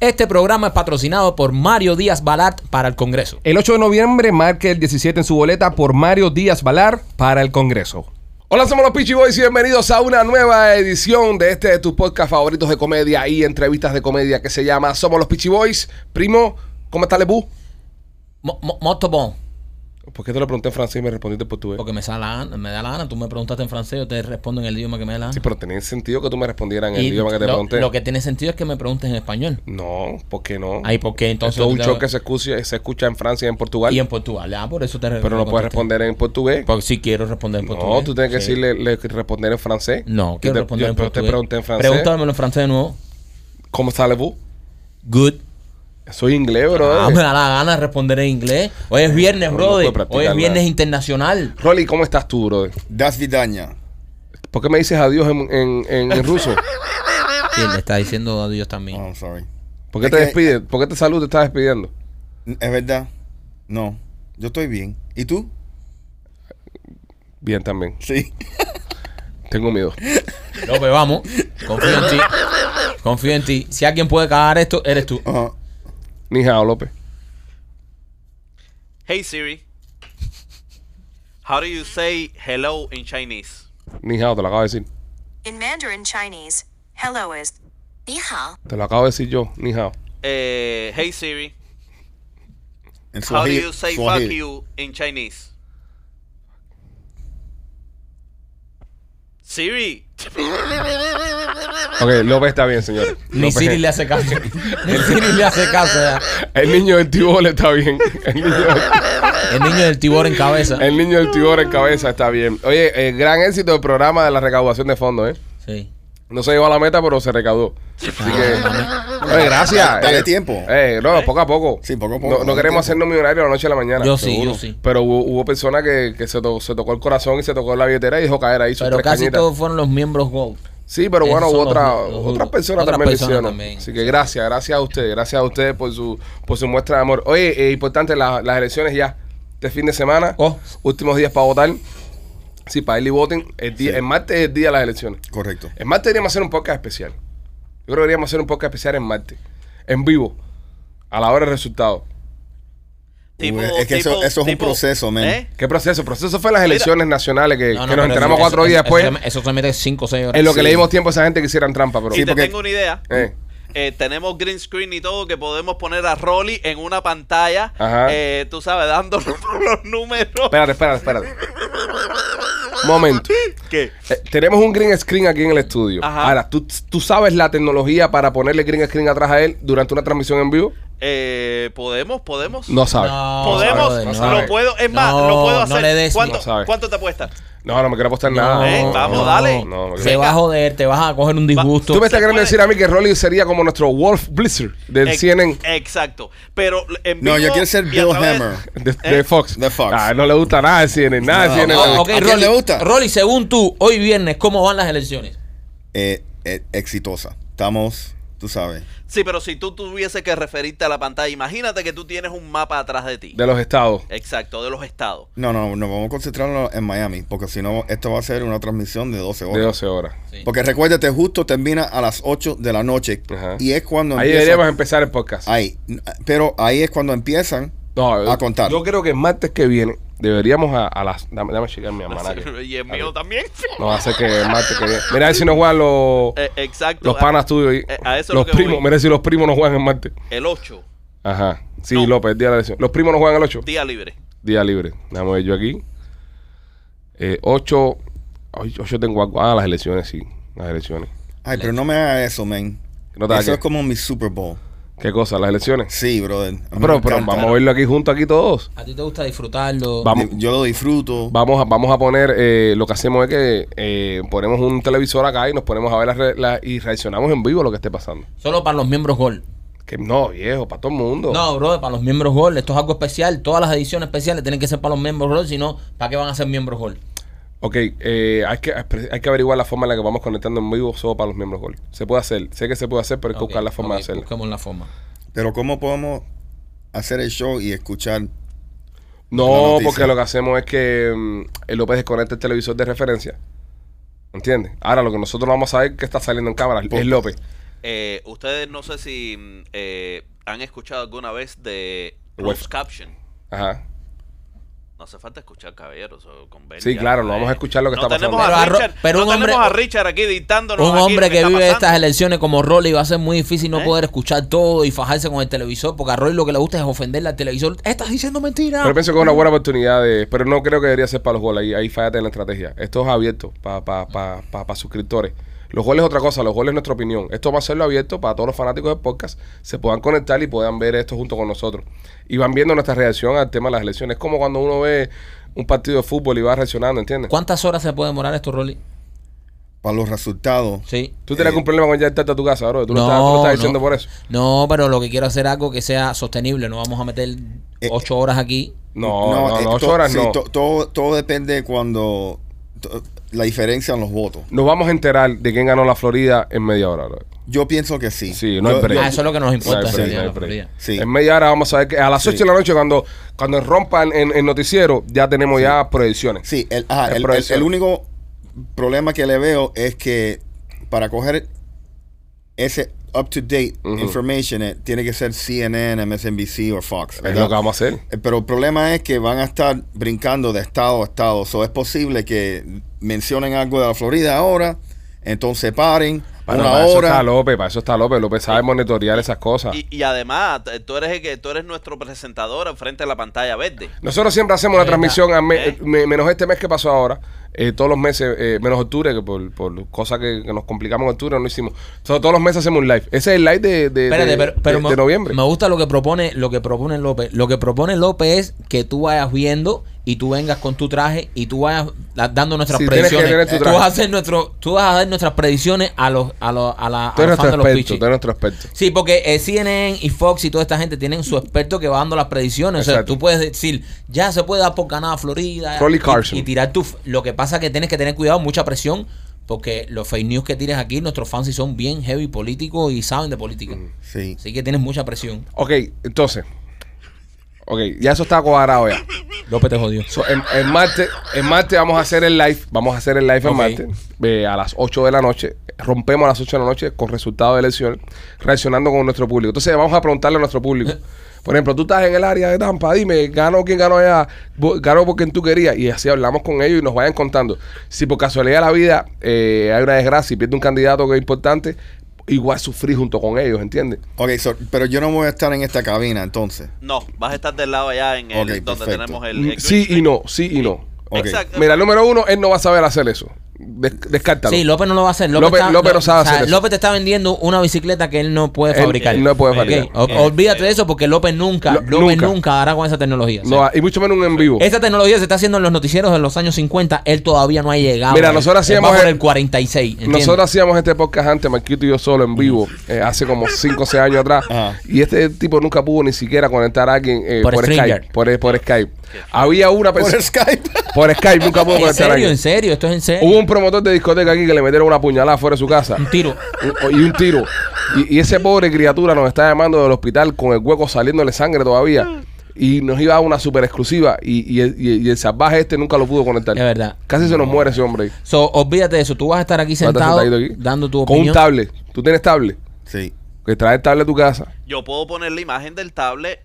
Este programa es patrocinado por Mario Díaz Balart para el Congreso. El 8 de noviembre marque el 17 en su boleta por Mario Díaz Valar para el Congreso. Hola, somos los Peachy Boys y bienvenidos a una nueva edición de este de tus podcast favoritos de comedia y entrevistas de comedia que se llama Somos los Peachy Boys. Primo, ¿cómo está Lebu? Mo- mo- Motobón. ¿Por qué te lo pregunté en francés y me respondiste en portugués? Porque me, sale la gana- me da la gana. Tú me preguntaste en francés, yo te respondo en el idioma que me da la gana. Sí, pero tenía sentido que tú me respondieras en el Y idioma que te lo, pregunté. lo que tiene sentido es que me preguntes en español. No, ¿por qué no? Ahí, porque entonces. Esto es un te- show que se escucha, se escucha en Francia y en Portugal, Y en Portugal. Ah, por eso te pero no puedes responder en portugués. Porque sí quiero responder en portugués. No, tú tienes que Sí. decirle le- responder en francés. No, Yo quiero te- responder yo en pero portugués. te pregunté en francés. Pregúntamelo en francés de nuevo. ¿Cómo sale vos? Good. Soy inglés, bro. Ah, me da la gana de responder en inglés. Hoy es viernes, No, no brother. puedo practicar Hoy es nada. viernes internacional. Rolly, ¿cómo estás tú, bro? Das vidaña. ¿Por qué me dices adiós en, en- en- en ruso? Sí, le está diciendo adiós también. Oh, I'm sorry. ¿Por qué Es te que- despides? ¿Por qué te salud te estás despidiendo? Es verdad. No. Yo estoy bien. ¿Y tú? Bien también. Sí. Tengo miedo. López, vamos. Confío en ti. Confío en ti. Si alguien puede cagar esto, eres tú. Ajá. Ni jao, López. Hey Siri, how do you say hello in Chinese? Ni jao, te lo acabo de decir. In Mandarin Chinese, hello is 你好。 Te lo acabo de decir yo. Ni jao. Eh, hey Siri, En how do Swahili- you say Swahili. fuck you in Chinese? Siri, Ok, López está bien, señores. Ni López- Siri le hace caso. Ni Siri le hace caso. ya. El niño del tibor está bien. El niño, El niño del tibor en cabeza. el niño del tibor en cabeza está bien. Oye, eh, gran éxito del programa de la recaudación de fondos, ¿eh? Sí. No se llegó a la meta, pero se recaudó. Así que, Oye, gracias. Dale Eh, tiempo. eh, no, poco a poco. Sí, poco a poco, No- No, dale queremos tiempo. hacernos millonarios la noche a la mañana. Yo sí, seguro. yo sí. Pero hubo, hubo personas que, que se, to- se tocó el corazón y se tocó la billetera y dejó caer ahí sus Pero tres casi cañitas. todos fueron los miembros Gold. Sí, pero Esos bueno, son hubo los- otra, los duros. otras personas Otras también lo personas hicieron. también, Así que gracias, gracias a ustedes, gracias a ustedes por su, por su muestra de amor. Oye, eh, importante, la- las elecciones ya, este fin de semana, Oh. últimos días para votar. Sí, para ir y voten. El, día, el martes es el día de las elecciones. Correcto. En martes deberíamos hacer un podcast especial. Yo creo que deberíamos hacer un podcast especial en martes. En vivo. A la hora del resultado. Uy, es que eso- eso es un proceso, man. ¿eh? ¿Qué proceso? El proceso fue en las elecciones nacionales que, No, no, que pero nos enteramos eso- cuatro eso- días eso- después. Eso, eso se mete 5 o 6 horas. en lo que sí. le dimos tiempo a esa gente que hicieran trampa, pero. Y te porque- tengo una idea. Eh. Eh, tenemos green screen y todo que podemos poner a Rolly en una pantalla. Ajá. eh, tú sabes, dando los números. Espérate, espérate, espérate. Momento. ¿Qué? Eh, tenemos un green screen aquí en el estudio. Ajá. Ahora, ¿tú, ¿tú sabes la tecnología para ponerle green screen atrás a él durante una transmisión en vivo? Eh, podemos, podemos. No sabes. No, Podemos, sabe, no lo sabe. puedo, es más, No, lo puedo no hacer. le des- ¿Cuánto, No sabe. cuánto te apuestas? No, no me quiero apostar No, nada. Eh, No, vamos, no, dale. no, no. Te vas a joder, te vas a coger un disgusto. Tú me estás Se queriendo puede. Eh, decir a mí que Rolly sería como nuestro Wolf Blizzard del Ex- CNN Exacto. Pero en No, vivo yo quiero ser y a Bill través- Hammer. de, eh, de Fox. De Fox. Ah, no le gusta nada de CNN, nada de No, CNN. no, le Ah, gusta. ok, ¿A quién Rolly, le gusta? Rolly, según tú, hoy viernes, ¿cómo van las elecciones? Eh, eh, exitosa. Estamos, tú sabes. Sí, pero si tú tuviese que referirte a la pantalla, imagínate que tú tienes un mapa atrás de ti. De los estados. Exacto, de los estados. No, no, nos vamos a concentrarnos en Miami, porque si no, esto va a ser una transmisión de 12 horas. De 12 horas. Porque recuérdate, justo termina a las 8 de la noche. Ajá. Y es cuando Ahí deberíamos em- empezar el podcast. Ahí. Pero ahí es cuando empiezan No, eh, a contar. Yo creo que el martes que viene deberíamos a, a las. Dame, dame checar mi almanaque. Y el mío también. No hace que el martes que viene. Mira a ver si nos juegan los, Eh, exacto. los panas tuyos ahí. eh, a eso es los lo que primos. voy. Mira si los primos nos juegan el martes. El 8, Ajá. Sí, No. López, día de la elección. Los primos nos juegan el 8. día libre. Día libre. Vamos a ver yo aquí. Eh, 8. yo tengo algo. Ah, las elecciones, sí. Las elecciones. Ay, pero no me hagas eso, man. No te hagas eso qué. es como mi Super Bowl. ¿Qué cosa? Las elecciones. Sí, brother. A mí me Ah, Pero, pero encanta. vamos a verlo aquí junto, aquí todos. ¿A ti te gusta disfrutarlo? Vamos, Yo lo disfruto. vamos, a, vamos a poner. eh, lo que hacemos es que eh, ponemos un televisor acá y nos ponemos a ver las, re- las- y reaccionamos en vivo a lo que esté pasando. Solo para los miembros Gold. Que no, viejo, para todo el Oh. mundo. No, bro, para los miembros Gold. Esto es algo especial. Todas las ediciones especiales tienen que ser para los miembros Gold, si no, ¿para qué van a ser miembros Gold? Ok, eh, hay, que, hay que averiguar la forma en la que vamos conectando en vivo solo para los miembros Gold. Se puede hacer, sé que se puede hacer, pero hay que Ok, buscar la forma ok, de hacerlo. Busquemos la forma. Pero ¿cómo podemos hacer el show y escuchar? La No, noticia. porque lo que hacemos es que mm, el López desconecta el televisor de referencia. ¿Entiendes? Ahora lo que nosotros vamos a saber que está saliendo en cámara es López. Eh, ustedes no sé si mm, eh, han escuchado alguna vez de closed caption. Ajá. No hace falta escuchar caballeros o con Ben Sí, ya, claro, no eh. vamos a escuchar lo que No está tenemos pasando. Pero A a Ro- Richard, pero no un hombre- tenemos a Richard aquí dictándonos Un aquí hombre lo que vive está estas pasando. elecciones como Rolly va a ser muy difícil no ¿Eh? poder escuchar todo y fajarse con el televisor, porque a Rolly lo que le gusta es ofenderle al televisor. Estás diciendo mentiras. Pero pienso que es una buena oportunidad, de, pero no creo que debería ser para los goles. Ahí, ahí fallate en la estrategia. Esto es abierto para pa, pa, pa- pa suscriptores. Los goles es otra cosa, los goles es nuestra opinión. Esto va a serlo abierto para todos los fanáticos del podcast. Se puedan conectar y puedan ver esto junto con nosotros. Y van viendo nuestra reacción al tema de las elecciones. Es como cuando uno ve un partido de fútbol y va reaccionando, ¿entiendes? ¿Cuántas horas se puede demorar esto, Rolly? Para los resultados. Sí. Tú tienes algún problema con ya estar a tu casa, bro. Tú lo estás, tú lo estás diciendo por eso. No, pero lo que quiero hacer es algo que sea sostenible. No vamos a meter Eh, ocho horas aquí. No, no, no, eh, ocho to- horas sí, no. to- todo, todo depende de cuando to- la diferencia en los votos. Nos vamos a enterar de quién ganó la Florida en media hora, bro. Yo pienso que sí. Sí, no hay Yo- break. yo- Ah, eso es lo que nos importa. No hay en break, realidad, no hay la break. mayoría. Sí. En media hora vamos a ver que a las 8 Sí. de la noche, cuando, cuando rompan en el noticiero, ya tenemos ya proyecciones. Sí, el, ajá, Es el- el- progresión. el único problema que le veo es que para coger ese up-to-date Ujú. information eh, tiene que ser CNN, MSNBC o Fox. Es ¿verdad? lo que vamos a hacer. Eh, Pero el problema es que van a estar brincando de estado a estado. O es posible que mencionen algo de la Florida ahora, entonces paren Bueno, una para eso hora. está López, para eso está López. López sabe monitorear esas cosas. Y, y además, t- tú eres el que tú eres nuestro presentador al frente de la pantalla verde. Nosotros siempre hacemos una Ahí está. transmisión, a me- ¿Eh? me- menos este mes que pasó ahora, eh, todos los meses, eh, menos octubre, que por, por cosas que, que nos complicamos en octubre no lo hicimos. So, todos los meses hacemos un live. Ese es el live de, de, Espérate, de- pero, pero de- me, de noviembre. me gusta lo que propone, lo que propone López. Lo que propone López es que tú vayas viendo y tú vengas con tu traje y tú vayas da- dando nuestras Sí, tienes que predicciones. tener tu tú traje. vas a hacer nuestro, tú vas a dar nuestras predicciones a los a los a la tú a eres los fans nuestro de los experto, Pichis. tú eres nuestro experto. Sí, porque eh, CNN y Fox y toda esta gente tienen su experto que va dando las predicciones. O sea, Exacto. tú puedes decir, ya se puede dar por ganada Florida. Rolly y- Carson. Y, tirar tu. Lo que pasa es que tienes que tener cuidado, mucha presión, porque los fake news que tires aquí, nuestros fans sí son bien heavy políticos y saben de política. Mm. Sí. Así que tienes mucha presión. Ok, entonces. Ok, ya eso está cuadrado ya. López te jodió. So, en, en martes, en martes vamos a hacer el live. Vamos a hacer el live Ok. en martes eh, a las 8 de la noche. Rompemos a las 8 de la noche con resultados de elecciones, reaccionando con nuestro público. Entonces vamos a preguntarle a nuestro público. Por ejemplo, tú estás en el área de Tampa, dime, ganó quien ganó allá, Vo- ganó por quien tú querías. Y así hablamos con ellos y nos vayan contando. Si por casualidad de la vida eh, hay una desgracia y pierde un candidato que es importante, igual sufrir junto con ellos, ¿entiendes? Ok, so- pero yo no voy a estar en esta cabina entonces. No, vas a estar del lado allá en el Ok, perfecto. donde tenemos el, el Mm, sí green y screen. no, sí y no. Ok. Exacto. Mira, número uno, él no va a saber hacer eso. Des- descártalo. Sí, López no lo va a hacer. López, López- está- López no o sabe sea, hacer eso. López te está vendiendo una bicicleta que él no puede Él- fabricar. él no puede fabricar. Ok, o- Ok. Olvídate de eso porque López nunca, Lo- López nunca. nunca. dará con esa tecnología. o sea. No, y mucho menos un en vivo. Esta tecnología se está haciendo en los noticieros de los años 50. Él todavía no ha llegado. Mira, Él- nosotros él va hacíamos por el- el 46. ¿entiendes? Nosotros hacíamos este podcast antes, Marquito y yo solo en vivo, eh, hace como 5 o 6 años atrás. Ajá. Y este tipo nunca pudo ni siquiera conectar a alguien eh, por, Por Skype. Stringer. Por, por Skype. Había una Por persona. Skype. Por Skype nunca pudo En conectar a serio, en alguien. serio, esto es en serio. Hubo un promotor de discoteca aquí que le metieron una puñalada fuera de su casa. Un tiro. Un- y un tiro. Y, y ese pobre criatura nos está llamando del hospital con el hueco saliéndole sangre todavía. Y nos iba a una super exclusiva. Y, y el, y- y el salvaje este nunca lo pudo conectar. Es verdad. Casi se nos muere ese hombre ahí. So, olvídate de eso. Tú vas a estar Va aquí a estar sentado sentadito aquí. dando tu Con un opinión. tablet. ¿Tú tienes tablet? Sí. Que traes tablet a tu casa. Yo puedo poner la imagen del tablet.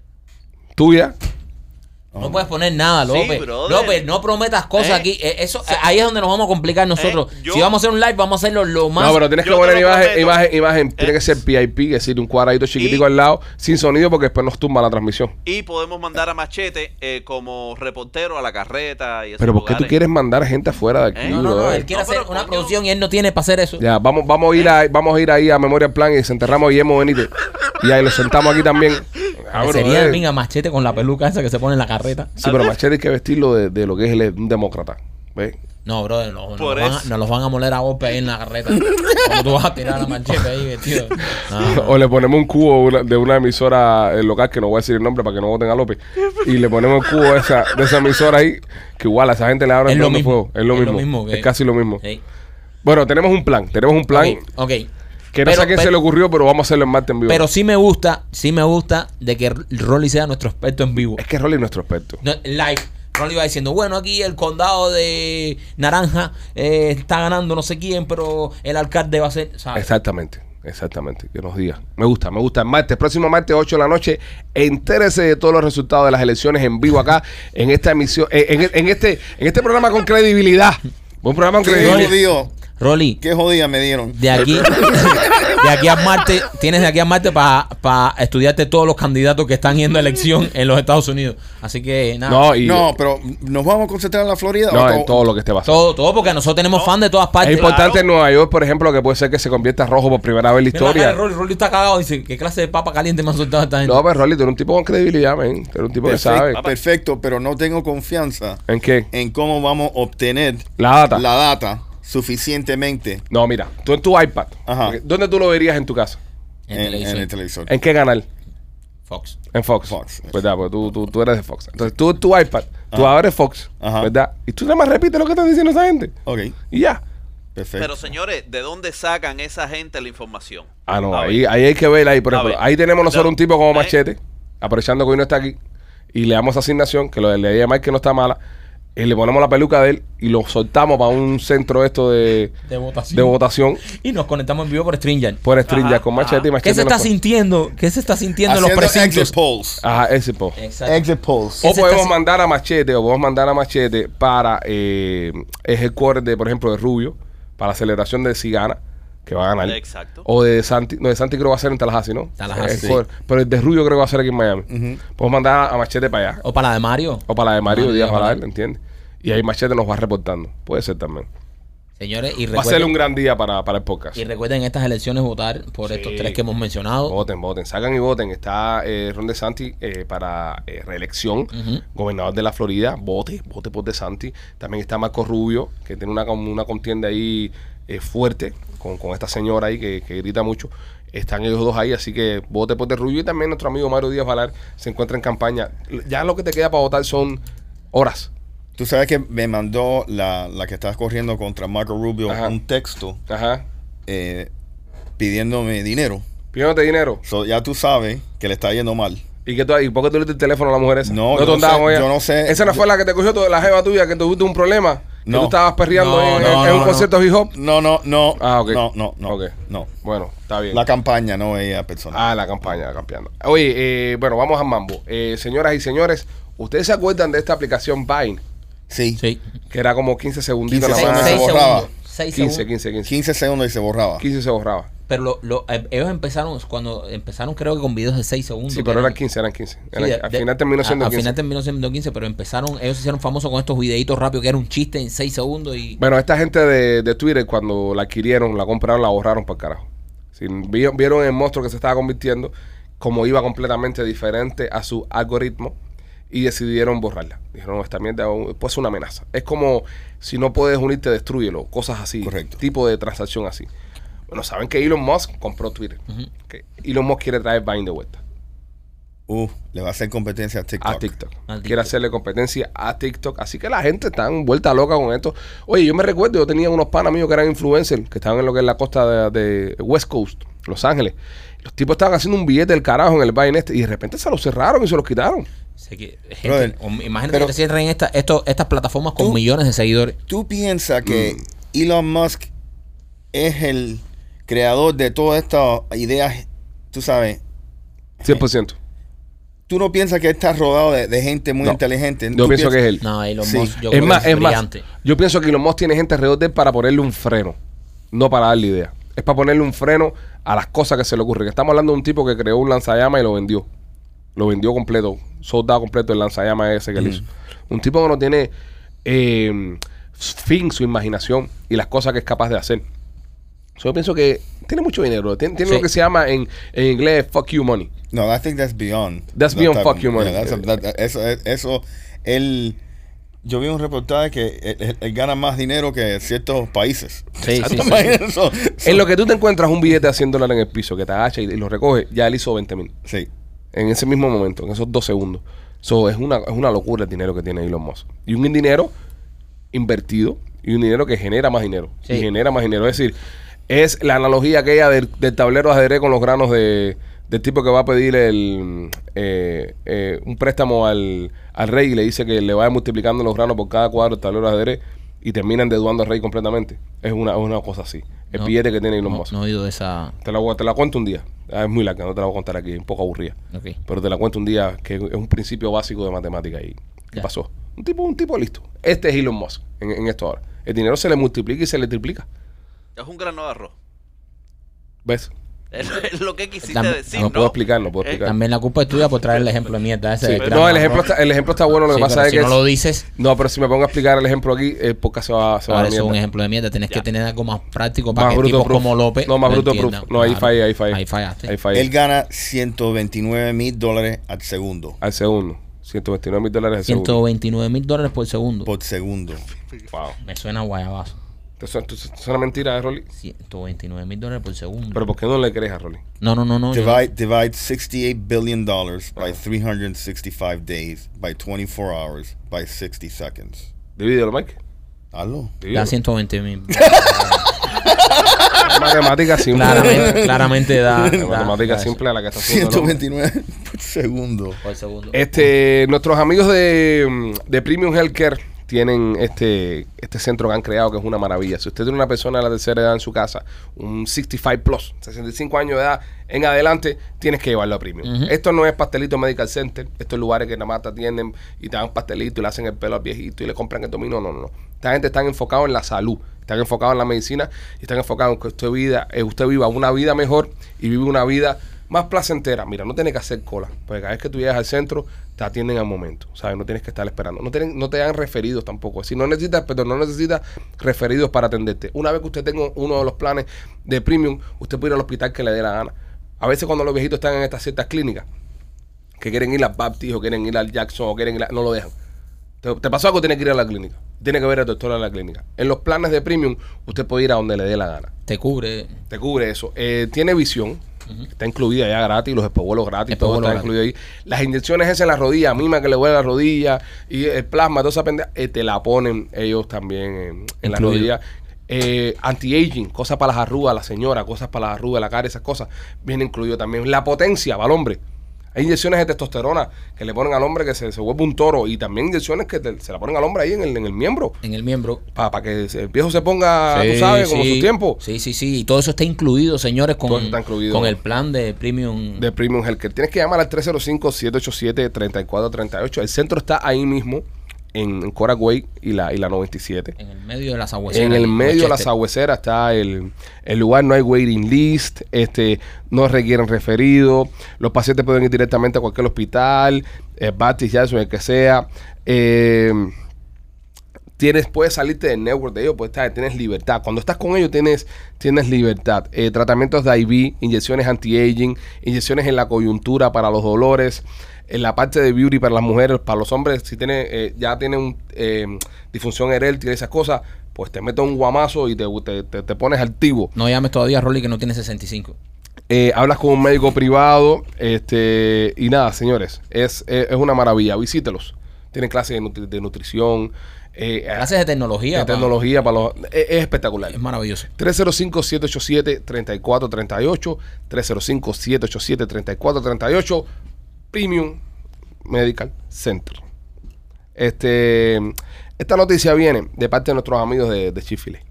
Tuya. No puedes poner nada, López. brother. Lopez, no prometas cosas Eh. aquí. Eh, Eso, eh, ahí es donde nos vamos a complicar nosotros. Eh, yo- si vamos a hacer un live, vamos a hacerlo lo más. no, pero tienes que yo te poner lo imagen, prometo. imagen, imagen. Tiene Eh. que ser PIP, es decir, un cuadradito chiquitico Y- al lado, sin sonido, porque después nos tumba la transmisión. Y podemos mandar a Machete eh, como reportero a la carreta y esos Pero ¿por qué tú lugares. quieres mandar gente afuera de aquí, Eh. no, no, no, brother? Él quiere No, hacer pero una coño. producción y él no tiene para hacer eso. Ya, vamos, vamos a ir a, vamos a ir ahí a Memorial Plan y desenterramos a Guillermo Benítez. Y ahí lo sentamos aquí también. Ah, Que brother. sería de pinga machete con la peluca esa que se pone en la carreta. Sí, pero Machete hay que vestirlo de, de lo que es el, un demócrata. ¿Ves? No, brother, no, no, Por los van a- eso. no los van a moler a golpe ahí en la carreta. Como tú vas a tirar la mancheta ahí, vestido. No, no. O le ponemos un cubo una- de una emisora eh, local, que no voy a decir el nombre para que no voten a López, y le ponemos el cubo de esa, de esa emisora ahí, que igual a esa gente le abren Es lo todo el mismo, fuego. Es lo es lo mismo. mismo que- Es casi lo mismo. Sí. Bueno, tenemos un plan, tenemos un plan. Ok, ok. Que no sé a quién se le ocurrió, pero vamos a hacerlo en martes en vivo. Pero sí me gusta, sí me gusta de que Rolly sea nuestro experto en vivo. es que Rolly es nuestro experto. No, live. Rolly va diciendo, bueno, aquí el condado de Naranja eh, está ganando no sé quién, pero el alcalde va a ser... ¿sabes? Exactamente, exactamente. Que nos diga. Me gusta, me gusta. El martes, próximo martes, 8 de la noche, entérese de todos los resultados de las elecciones en vivo acá, en esta emisión, eh, en, en este, en este programa con credibilidad. Un programa con Qué credibilidad. jodido, Rolly, qué jodida me dieron. de aquí, de aquí a Marte, tienes de aquí a Marte para estudiarte todos los candidatos que están yendo a elección en los Estados Unidos. Así que nada. No, y No, pero nos vamos a concentrar en la Florida. no, ¿O en to- todo lo que esté pasando. Todo, todo, porque nosotros tenemos fans de todas Es partes. importante en Nueva York, por ejemplo, que puede ser que se convierta rojo por primera vez en la Mira la cara de historia. Rolly, Rolly está cagado. Dice, ¿qué clase de papa caliente me han soltado esta gente? No, pero Rolly, tú eres un tipo con credibilidad, men. Tú eres un tipo que pues, sabe. Perfecto, perfecto, pero no tengo confianza ¿En qué? en cómo vamos a obtener La data. la data suficientemente No, mira, tú en tu iPad. Ajá. porque ¿Dónde tú lo verías en tu casa? En en, en televisión. el televisor. ¿En qué canal? Fox. En Fox. Fox. ¿Verdad? Porque tú, tú, tú eres de Fox. Entonces tú en tu iPad, tú Ajá. abres Fox, Ajá. ¿verdad? Y tú nada más repites lo que están diciendo esa gente. Ok, Y ya. perfecto. Pero señores, ¿de dónde sacan esa gente la información? Ah, no, A ver. ahí, ahí hay que ver, ahí, por A ejemplo. ver. Ahí tenemos nosotros No, eh. un tipo como ahí- Machete, aprovechando que hoy no está aquí, y le damos asignación, que lo de- le llamar que no está mala, y le ponemos la peluca de él y lo soltamos para un centro esto de, De votación. de votación Y nos conectamos en vivo por StreamYard. por estrella Ajá, con Machete ajá. y Machete. ¿Qué se nos está pone- sintiendo? ¿Qué se está sintiendo en los Haciendo precintos? exit polls. Ah, Ajá, ese po. Exacto. Exit polls. ¿Qué O se podemos está haci- mandar a Machete, o podemos mandar a Machete para eh, es el quarter de, por ejemplo, de Rubio, para la celebración de si gana, que va a ganar. Exacto. O de Santi, no, de Santi creo que va a ser en Tallahassee, ¿no? Tallahassee, Es sí. quarter. Pero el de Rubio creo que va a ser aquí en Miami. Podemos mandar a Machete para allá. O para la de Mario. O para la de Mario Mario Díaz Díaz Balal, Balal. ¿entiendes? Y ahí Machete nos va reportando. Puede ser también. Señores, y Va a ser recuerden, un gran día para, para el podcast. y recuerden estas elecciones votar por estos tres que hemos mencionado. Voten, voten, sacan y voten. Está eh, Ron DeSantis eh, para eh, reelección, gobernador de la Florida. Vote, vote por DeSantis. También está Marco Rubio, que tiene una, con- una contienda ahí eh, fuerte con, con esta señora ahí que, que grita mucho. Están ellos dos ahí, así que vote por De Rubio. Y también nuestro amigo Mario Díaz Valar se encuentra en campaña. Ya lo que te queda para votar son horas. Tú sabes que me mandó la, la que estás corriendo contra Marco Rubio Ajá. un texto Ajá. eh, pidiéndome dinero. Pidiéndote dinero. So, ya tú sabes que le está yendo mal. ¿Y, que tú, ¿Y por qué tú le diste el teléfono a la mujer esa? No, yo te no andabas sé, con ella? yo no sé. Esa no Yo- fue la que te cogió tu- la jeva tuya, que tuviste un problema. Que No. tú estabas perreando No, en, no, en- en no, un no. concierto de hip hop. No, no, no. Ah, ok. No, no, no. Ok. No. Bueno, está bien. La campaña, no ella personal. ah, la campaña, la campaña. Oye, eh, bueno, vamos a mambo. Eh, señoras y señores, ¿ustedes se acuerdan de esta aplicación Vine? Sí. Sí. Que era como 15 segunditos 15 nada más. seis segundos. se borraba. segundos. Seis 15, segundos. 15, 15. 15 segundos y se borraba. 15 se borraba. Pero lo- lo- eh, ellos empezaron, cuando empezaron creo que con videos de 6 segundos. Sí, que pero eran 15, eran 15. sí, Eran- de- al de- final terminó a- siendo Al 15. final terminó siendo 15, pero empezaron, ellos se hicieron famosos con estos videitos rápidos que era un chiste en 6 segundos y... Bueno, esta gente de, de Twitter, cuando la adquirieron, la compraron, la borraron para carajo. Sí, vi- vieron el monstruo que se estaba convirtiendo, como iba completamente diferente a su algoritmo, y decidieron borrarla. Dijeron, "No, esta mierda pues es una amenaza. Es como si no puedes unirte, destruyelo. Cosas así. Correcto. Tipo de transacción así. Bueno, saben que Elon Musk compró Twitter. Que Elon Musk quiere traer Vine de vuelta Uh, le va a hacer competencia a TikTok. a TikTok. A TikTok. Quiere hacerle competencia a TikTok. Así que la gente está en vuelta loca con esto. Oye, yo me recuerdo, yo tenía unos panas míos que eran influencers, que estaban en lo que es la costa de, de West Coast, Los Ángeles. Los tipos estaban haciendo un billete del carajo en el Vine este y de repente se los cerraron y se los quitaron. sé que- gente, Brother, o- imagínate pero- que te cierren esta- esto- estas plataformas con Tú- millones de seguidores. ¿Tú piensas que Mm. Elon Musk es el creador de todas estas ideas? Tú sabes, 100%. tú no piensas que él está rodado de, de gente muy No. inteligente. Yo ¿Tú pienso que es piensas- él. No, Elon Sí. Musk, yo es creo más, que es es más. brillante. Yo pienso que Elon Musk tiene gente alrededor de él para ponerle un freno, no para darle idea. Es para ponerle un freno a las cosas que se le ocurren. Estamos hablando de un tipo que creó un lanzallamas y lo vendió. Lo vendió completo, soldado completo el lanzallamas ese Mm. que él hizo. Un tipo que no tiene eh, fin su imaginación y las cosas que es capaz de hacer. So, yo pienso que tiene mucho dinero. Tiene, tiene Sí. lo que se llama en, en inglés fuck you money. No, I think that's beyond. That's that beyond type fuck of- you money. Yeah, that's a- that- that- eso, eso, él yo vi un reportaje que él, él- él gana más dinero que ciertos países. Sí, sí, sí. Imagínate eso. En lo que tú te encuentras un billete de 100 dólares en el piso que te agacha y, y lo recoge, ya él hizo 20 mil. Sí. En ese mismo momento, en esos dos segundos. So, es, una, es una locura el dinero que tiene Elon Musk. Y un dinero invertido y un dinero que genera más dinero. Sí. Y genera más dinero. Es decir, es la analogía aquella del, del tablero de ajedrez con los granos de, del tipo que va a pedir el, eh, eh, un préstamo al, al rey y le dice que le vaya multiplicando los granos por cada cuadro del tablero de ajedrez y terminan deduando al rey completamente. Es una, es una cosa así. El No, billete que tiene Elon No, Musk. no he oído de esa. Te la, voy- te la cuento un día. Ah, Es muy larga, no te la voy a contar aquí, es un poco aburrida. Ok. Pero te la cuento un día que es un principio básico de matemática y ¿Qué Ya. pasó? Un tipo, un tipo listo. Este es Elon Musk en, en esto ahora. El dinero se le multiplica y se le triplica. Es un grano de arroz. ¿Ves? Es es lo que quisiste También- decir, no ¿no? puedo explicar, no puedo Eh, explicar. También la culpa es tuya por traer el ejemplo de mierda ese. Sí, del no, grano, el ejemplo, Sí, está, el ejemplo está bueno, lo que pero pasa es si que... no es- lo dices, no, pero si me pongo a explicar el ejemplo aquí, el podcast se va, se va a la ahora eso es un mierda. ejemplo de mierda. Tienes Ya. que tener algo más práctico para Más que bruto tipos proof. como López. no, más lo bruto proof. entiendan. No, ahí Claro. fallé, ahí fallé. Ahí fallaste. Ahí fallé. Él gana 129 mil dólares al segundo. Al segundo. 129 mil dólares al segundo. 129 mil dólares por segundo. Por segundo. Wow. Me suena guayabazo. ¿Te suena, te suena mentira, eh, Rolly? 129 mil dólares por segundo. Pero ¿por qué no le crees a Rolly? no, no, no, no. yo- Divide, divide 68 billion dollars by 365 days, by 24 hours, by 60 seconds. Divídelo, Mike. Hazlo. da Divídelo. 120 mil. Matemática simple. claramente, claramente da. La da- matemática da simple a la que está haciendo. ¿no? 129 por segundo. eso. Por segundo. Este, nuestros amigos de, mm, de Premium Healthcare tienen este, este centro que han creado que es una maravilla. Si usted tiene una persona de la tercera edad en su casa, un 65 plus, 65 años de edad en adelante, tienes que llevarlo a Premium. Esto no es pastelito Medical Center, estos lugares que nada más te atienden y te dan pastelito y le hacen el pelo al viejito y le compran el dominó. No, no, no. Esta gente está enfocada en la salud, están enfocados en la medicina y están enfocados en que usted, vida, eh, usted viva una vida mejor y vive una vida más placentera. Mira, no tienes que hacer cola, porque cada vez que tú llegas al centro te atienden al momento, ¿sabes? No tienes que estar esperando. No, tienen, no te dan referidos tampoco. Si no necesitas, perdón, no necesitas referidos para atenderte. Una vez que usted tenga uno de los planes de premium, usted puede ir al hospital que le dé la gana. A veces cuando los viejitos están en estas ciertas clínicas, que quieren ir al Baptist o quieren ir al Jackson o quieren ir a- no lo dejan. Te, te pasó algo, tienes que ir a la clínica. Tiene que ver al doctor en la clínica. En los planes de premium, usted puede ir a donde le dé la gana. Te cubre. Te cubre eso. Eh, tiene visión. Está incluida ya gratis, los espejuelos gratis, todo Espejuelos está gratis. incluido ahí. Las inyecciones esas en la rodilla, a mí me que le duele la rodilla y el plasma, toda esa pendeja, eh, te la ponen ellos también en, en la Incluido. rodilla. Eh, anti-aging, cosas para las arrugas, la señora, cosas para las arrugas, la cara, esas cosas, viene incluido también. La potencia para el hombre. Hay inyecciones de testosterona que le ponen al hombre que se, se vuelve un toro y también inyecciones que te- se la ponen al hombre ahí en el, en el miembro En el miembro. para que el viejo se ponga, Sí, Ah, tú sabes, como sí. su tiempo. Sí, sí, sí. Y todo eso está incluido, señores, con, Todo eso está incluido. con el plan de Premium. de Premium Healthcare. Tienes que llamar al 305-787-3438. El centro está ahí mismo, en, en Coral Way y la, y la 97. en el medio de las aguas. En el medio de la sabuesera está el, el lugar, no hay waiting list, este, no requieren referido, los pacientes pueden ir directamente a cualquier hospital, eh, Baptist, Jackson, el que sea. Eh, tienes, puedes salirte del network de ellos, pues está- tienes libertad. Cuando estás con ellos tienes, tienes libertad. Eh, tratamientos de IV, inyecciones anti-aging, inyecciones en la coyuntura para los dolores, en la parte de beauty para las mujeres, para los hombres, si tiene, eh, ya tienen un, eh, disfunción eréctil y esas cosas, pues te meto un guamazo y te, te- te- te pones activo. No llames todavía a Rolly que no tiene 65. Eh, hablas con un médico privado. Este, y nada, señores, es, es, es una maravilla. Visítelos. Tienen clases de, nutri- de nutrición. eh, Gracias de tecnología. de pa. tecnología para los. e-, Es, es espectacular. Es maravilloso. 305-787-3438. 305-787-3438. Premium Medical Center. Este, esta noticia viene de parte de nuestros amigos de, de Chifile.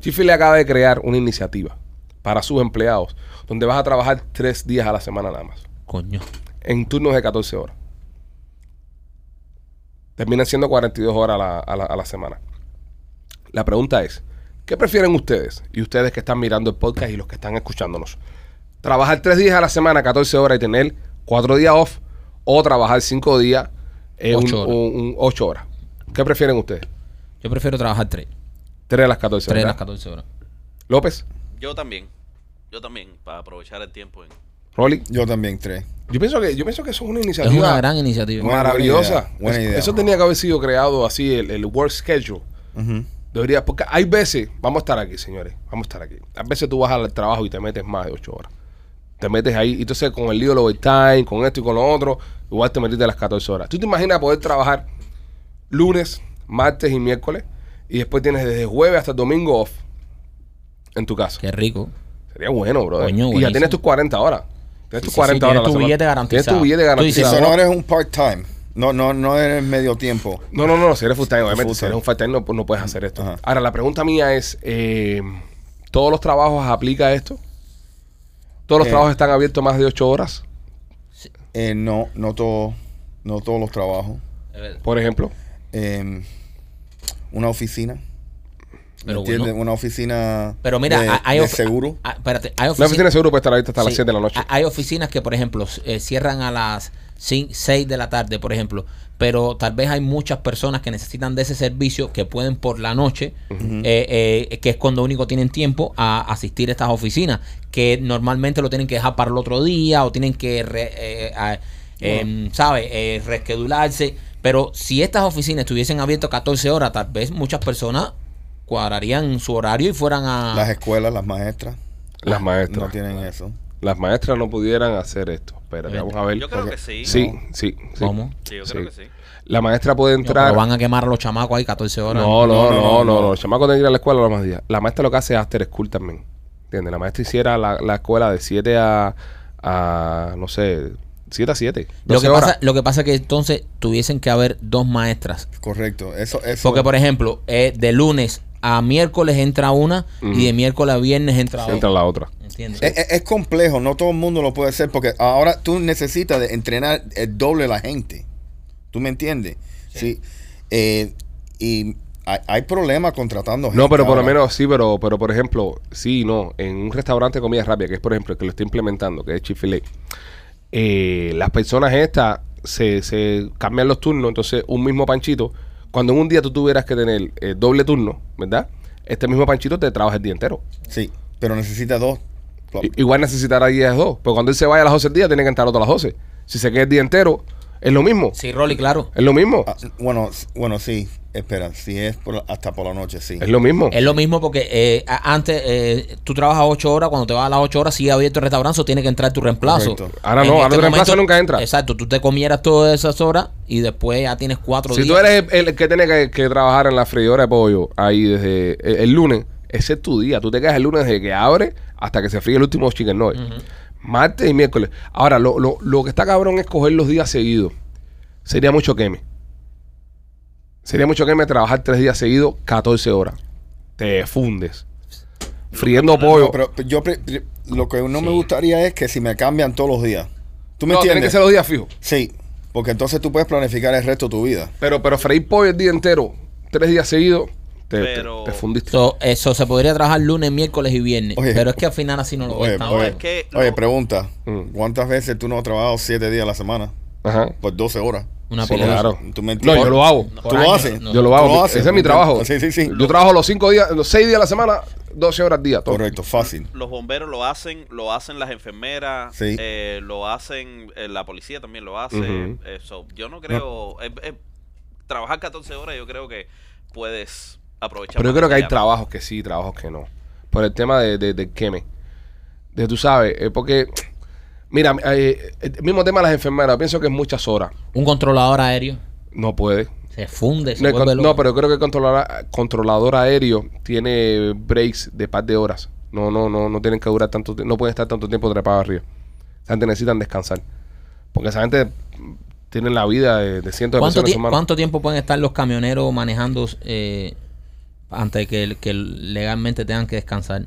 Chifile acaba de crear una iniciativa para sus empleados donde vas a trabajar tres días a la semana nada más Coño. en turnos de 14 horas. Terminan siendo 42 horas a la, a la- a la semana. La pregunta es, ¿qué prefieren ustedes y ustedes que están mirando el podcast y los que están escuchándonos? ¿Trabajar tres días a la semana, 14 horas y tener cuatro días off? ¿O trabajar cinco días, eh, un- Ocho horas. un- un- ocho horas? ¿Qué prefieren ustedes? Yo prefiero trabajar 3. Tres a las 14 3 de horas. las 14 horas. López, Yo también. Yo también, para aprovechar el tiempo. En... Rolly. Yo también tres. Yo pienso que, yo pienso que eso es una Es iniciativa. una gran iniciativa. Buena Maravillosa. idea, buena Es- idea, eso bro. tenía que haber sido creado así, el, el work schedule. Ujú. Debería, porque hay veces, vamos a estar aquí, señores, vamos a estar aquí. A veces tú vas al trabajo y te metes más de ocho horas. Te metes ahí, y entonces con el lío del overtime, con esto y con lo otro, igual te metiste a las 14 horas. ¿Tú te imaginas poder trabajar lunes, martes y miércoles y después tienes desde jueves hasta el domingo off en tu casa? Qué rico. Sería bueno, bro. Coño, y ya buenísimo. tienes tus 40 horas. Tienes Sí, tus sí, 40 sí, horas. a la tienes tu semana. billete garantizado. Tienes tu billete Tú Si dices, Sí, garantizado. eso amor. no eres un part-time. No, no, no eres medio tiempo. No, no, no, si eres full time, obviamente. Full Si time. eres un full time, no, pues, no puedes hacer esto. Ajá. Ahora, la pregunta mía es: eh, ¿todos los trabajos aplica esto? ¿Todos los Eh. trabajos están abiertos más de 8 horas? Eh, no, no todo, no todos los trabajos. Por ejemplo. Eh, una oficina. ¿Me Pero entiendes? bueno. Una oficina Pero mira, de, ha- hay de ofi- seguro. ha- espérate, hay La oficina de oficinas- seguro puede estar abierta hasta las Sí. Ah, 7 de la noche. Ha- Hay oficinas que, por ejemplo, eh, cierran a las 6 de la tarde, por ejemplo. Pero tal vez hay muchas personas que necesitan de ese servicio que pueden por la noche, eh, eh, que es cuando único tienen tiempo a asistir a estas oficinas, que normalmente lo tienen que dejar para el otro día o tienen que, re- eh, a- em, ¿sabe? Eh, reschedularse. Pero si estas oficinas estuviesen abiertas 14 horas, tal vez muchas personas cuadrarían su horario y fueran a... Las escuelas, las maestras. las maestras. No tienen eso. Las maestras no pudieran hacer esto. Espérate, Vete. vamos a ver. Yo creo que sí. Sí, sí, sí. ¿Cómo? Sí, yo creo Sí. que sí. La maestra puede No, pero entrar. van a quemar a los chamacos ahí 14 horas. No, no, no, no, no, no. Los chamacos tienen que ir a la escuela los más días. La maestra lo que hace es after school también. ¿Entiendes? La maestra hiciera la, la escuela de 7 a, a, no sé, 7 a 7. Lo que, horas. pasa, lo que pasa es que entonces tuviesen que haber dos maestras. Correcto. Eso, eso. Porque, por ejemplo, eh, de lunes a miércoles entra una y de miércoles a viernes entra entra otra. la otra. ¿Entiendes? es, es- es complejo, no todo el mundo lo puede hacer porque ahora tú necesitas de entrenar el doble la gente. ¿Tú me entiendes? Sí. Eh, y hay, hay problemas contratando gente. No, pero por lo ahora. menos sí, pero, pero por ejemplo, sí, no, en un restaurante de comida rápida, que es por ejemplo el que lo está implementando, que es Chifile, las personas estas se, se cambian los turnos, entonces un mismo panchito, cuando en un día tú tuvieras que tener eh, doble turno, ¿verdad? Este mismo panchito te trabaja el día entero. Sí, pero necesitas dos. I- Igual necesitará 10 2, pero cuando él se vaya a las 12 del día, tiene que entrar otro a las 12. Si se queda el día entero, es lo mismo. Sí, Rolly, claro. Es lo mismo. Ah, bueno, s- bueno, sí, espera, si es por- hasta por la noche, sí. Es lo mismo. Es lo mismo porque eh, a- antes eh, tú trabajas 8 horas, cuando te vas a las 8 horas sigue abierto el restaurante, o tiene que entrar tu reemplazo. este Correcto. Ahora no, ahora tu reemplazo nunca entra. Exacto, tú te comieras todas esas horas y después ya tienes 4 Si días. tú eres el, el que tiene que, que trabajar en la freidora de pollo ahí desde eh, el, el lunes, ese es tu día. Tú te quedas el lunes desde que abre hasta que se fríe el último chicken nugget. Martes y miércoles. Ahora, lo, lo- lo que está cabrón es coger los días seguidos. Sería mucho queme. Sería mucho queme trabajar tres días seguidos, 14 horas. Te fundes. Friendo pollo. No, pero pero yo pre- pre- lo que no me gustaría es que si me cambian todos los días. ¿Tú me no, tienen entiendes? que ser los días fijos. Sí, porque entonces tú puedes planificar el resto de tu vida. Pero, pero freír pollo el día entero, tres días seguidos, te, te- Pero- te fundiste. So, eso se podría trabajar lunes, miércoles y viernes. Oye. pero es que al final así no lo Oye, ves tan oye, bueno. que oye, lo- pregunta. Mm. ¿Cuántas veces tú no has trabajado siete días a la semana? Ajá. Por 12 horas. Una Por pila. eso, Claro. ¿Tú me No, entiendes? yo lo hago. ¿Tú Por lo año, haces? no. Yo lo hago. ¿Tú mi- Ese es mi trabajo. Sí, sí, sí. Yo trabajo los cinco días, los seis días a la semana, 12 horas día. todo. Correcto, fácil. los bomberos lo hacen, lo hacen las enfermeras, Sí. eh, lo hacen, eh, la policía también lo hace. Ujú. eh, so, yo no creo, eh, eh, trabajar 14 horas yo creo que puedes aprovechar. Pero yo más creo que hay allá. trabajos que sí, trabajos que no. Por el tema de, de, del queme. De tú sabes, eh, porque, mira, eh, el mismo tema de las enfermeras, pienso que es muchas horas. Un controlador aéreo No puede. se funde, se No, el vuelve con- loco. no, pero yo creo que el controlador, controlador aéreo tiene breaks de par de horas. No, no, no, no tienen que durar tanto tie- no pueden estar tanto tiempo trepados arriba. Esa gente necesitan descansar. Porque esa gente mm, tiene la vida de, de cientos de ¿Cuánto, personas en tie- sus manos. cuánto tiempo pueden estar los camioneros manejando eh, antes de que, que legalmente tengan que descansar?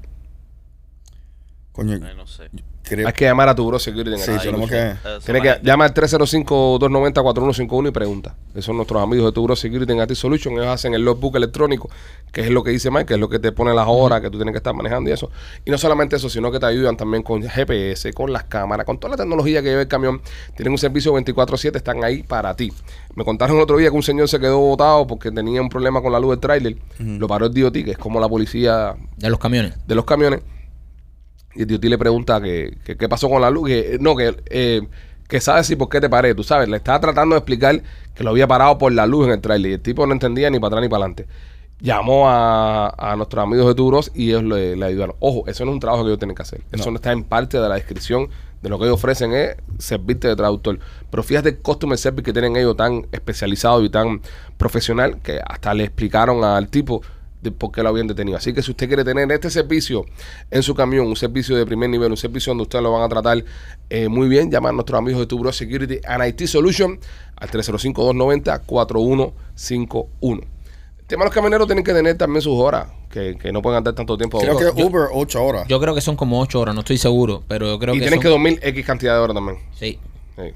Coño, Ay, Eh, no sé. creo Hay que llamar a tu bro security en el Sí, país. tenemos que. Eh, Tienes que solamente- llama al 305-290-4151 y pregunta. Esos son nuestros amigos de Tubro Security en IT Solution. Ellos hacen el logbook electrónico, que es lo que dice Mike, que es lo que te pone las horas que tú tienes que estar manejando y eso. Y no solamente eso, sino que te ayudan también con GPS, con las cámaras, con toda la tecnología que lleva el camión. Tienen un servicio 24-7, están ahí para ti. Me contaron el otro día que un señor se quedó botado porque tenía un problema con la luz del tráiler. Lo paró el DOT, que es como la policía De los camiones. de los camiones. Y el tío le pregunta que, que qué pasó con la luz. Que, no, que, eh, que sabe si por qué te paré. Tú sabes, le estaba tratando de explicar que lo había parado por la luz en el trailer. Y el tipo no entendía ni para atrás ni para adelante. Llamó a, a nuestros amigos de Turos y ellos le, le ayudaron. Ojo, eso no es un trabajo que ellos tienen que hacer. Eso no está en parte de la descripción de lo que ellos ofrecen es servirte de traductor. Pero fíjate el customer service que tienen ellos tan especializado y tan profesional que hasta le explicaron al tipo de por qué lo habían detenido. Así que si usted quiere tener este servicio en su camión, un servicio de primer nivel, un servicio donde ustedes lo van a tratar eh, muy bien, llama a nuestros amigos de Tubro Security and IT Solution al 305-290-4151. El tema de los camioneros tienen que tener también sus horas, que, que no pueden andar tanto tiempo. Creo y que Uber, 8 horas. Yo creo que son como 8 horas, no estoy seguro, pero yo creo que. tienen son- que dormir X cantidad de horas también. Sí. Sí.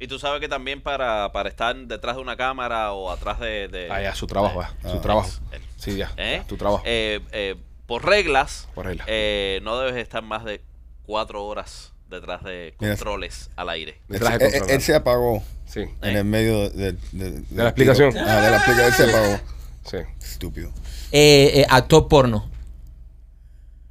Y tú sabes que también para, para estar detrás de una cámara o atrás de... Eh, de- Ah, ya, su trabajo, ya, su trabajo. Sí, ya, ¿Eh? ya, tu trabajo. Eh, eh, por reglas, Por reglas. eh, no debes estar más de cuatro horas detrás de controles al aire. Me traje él, control, e, él se apagó Sí, en Eh. el medio de, de- de- la explicación. Ah, de la explicación. Él se apagó. sí. Estúpido. Eh, eh, actor porno,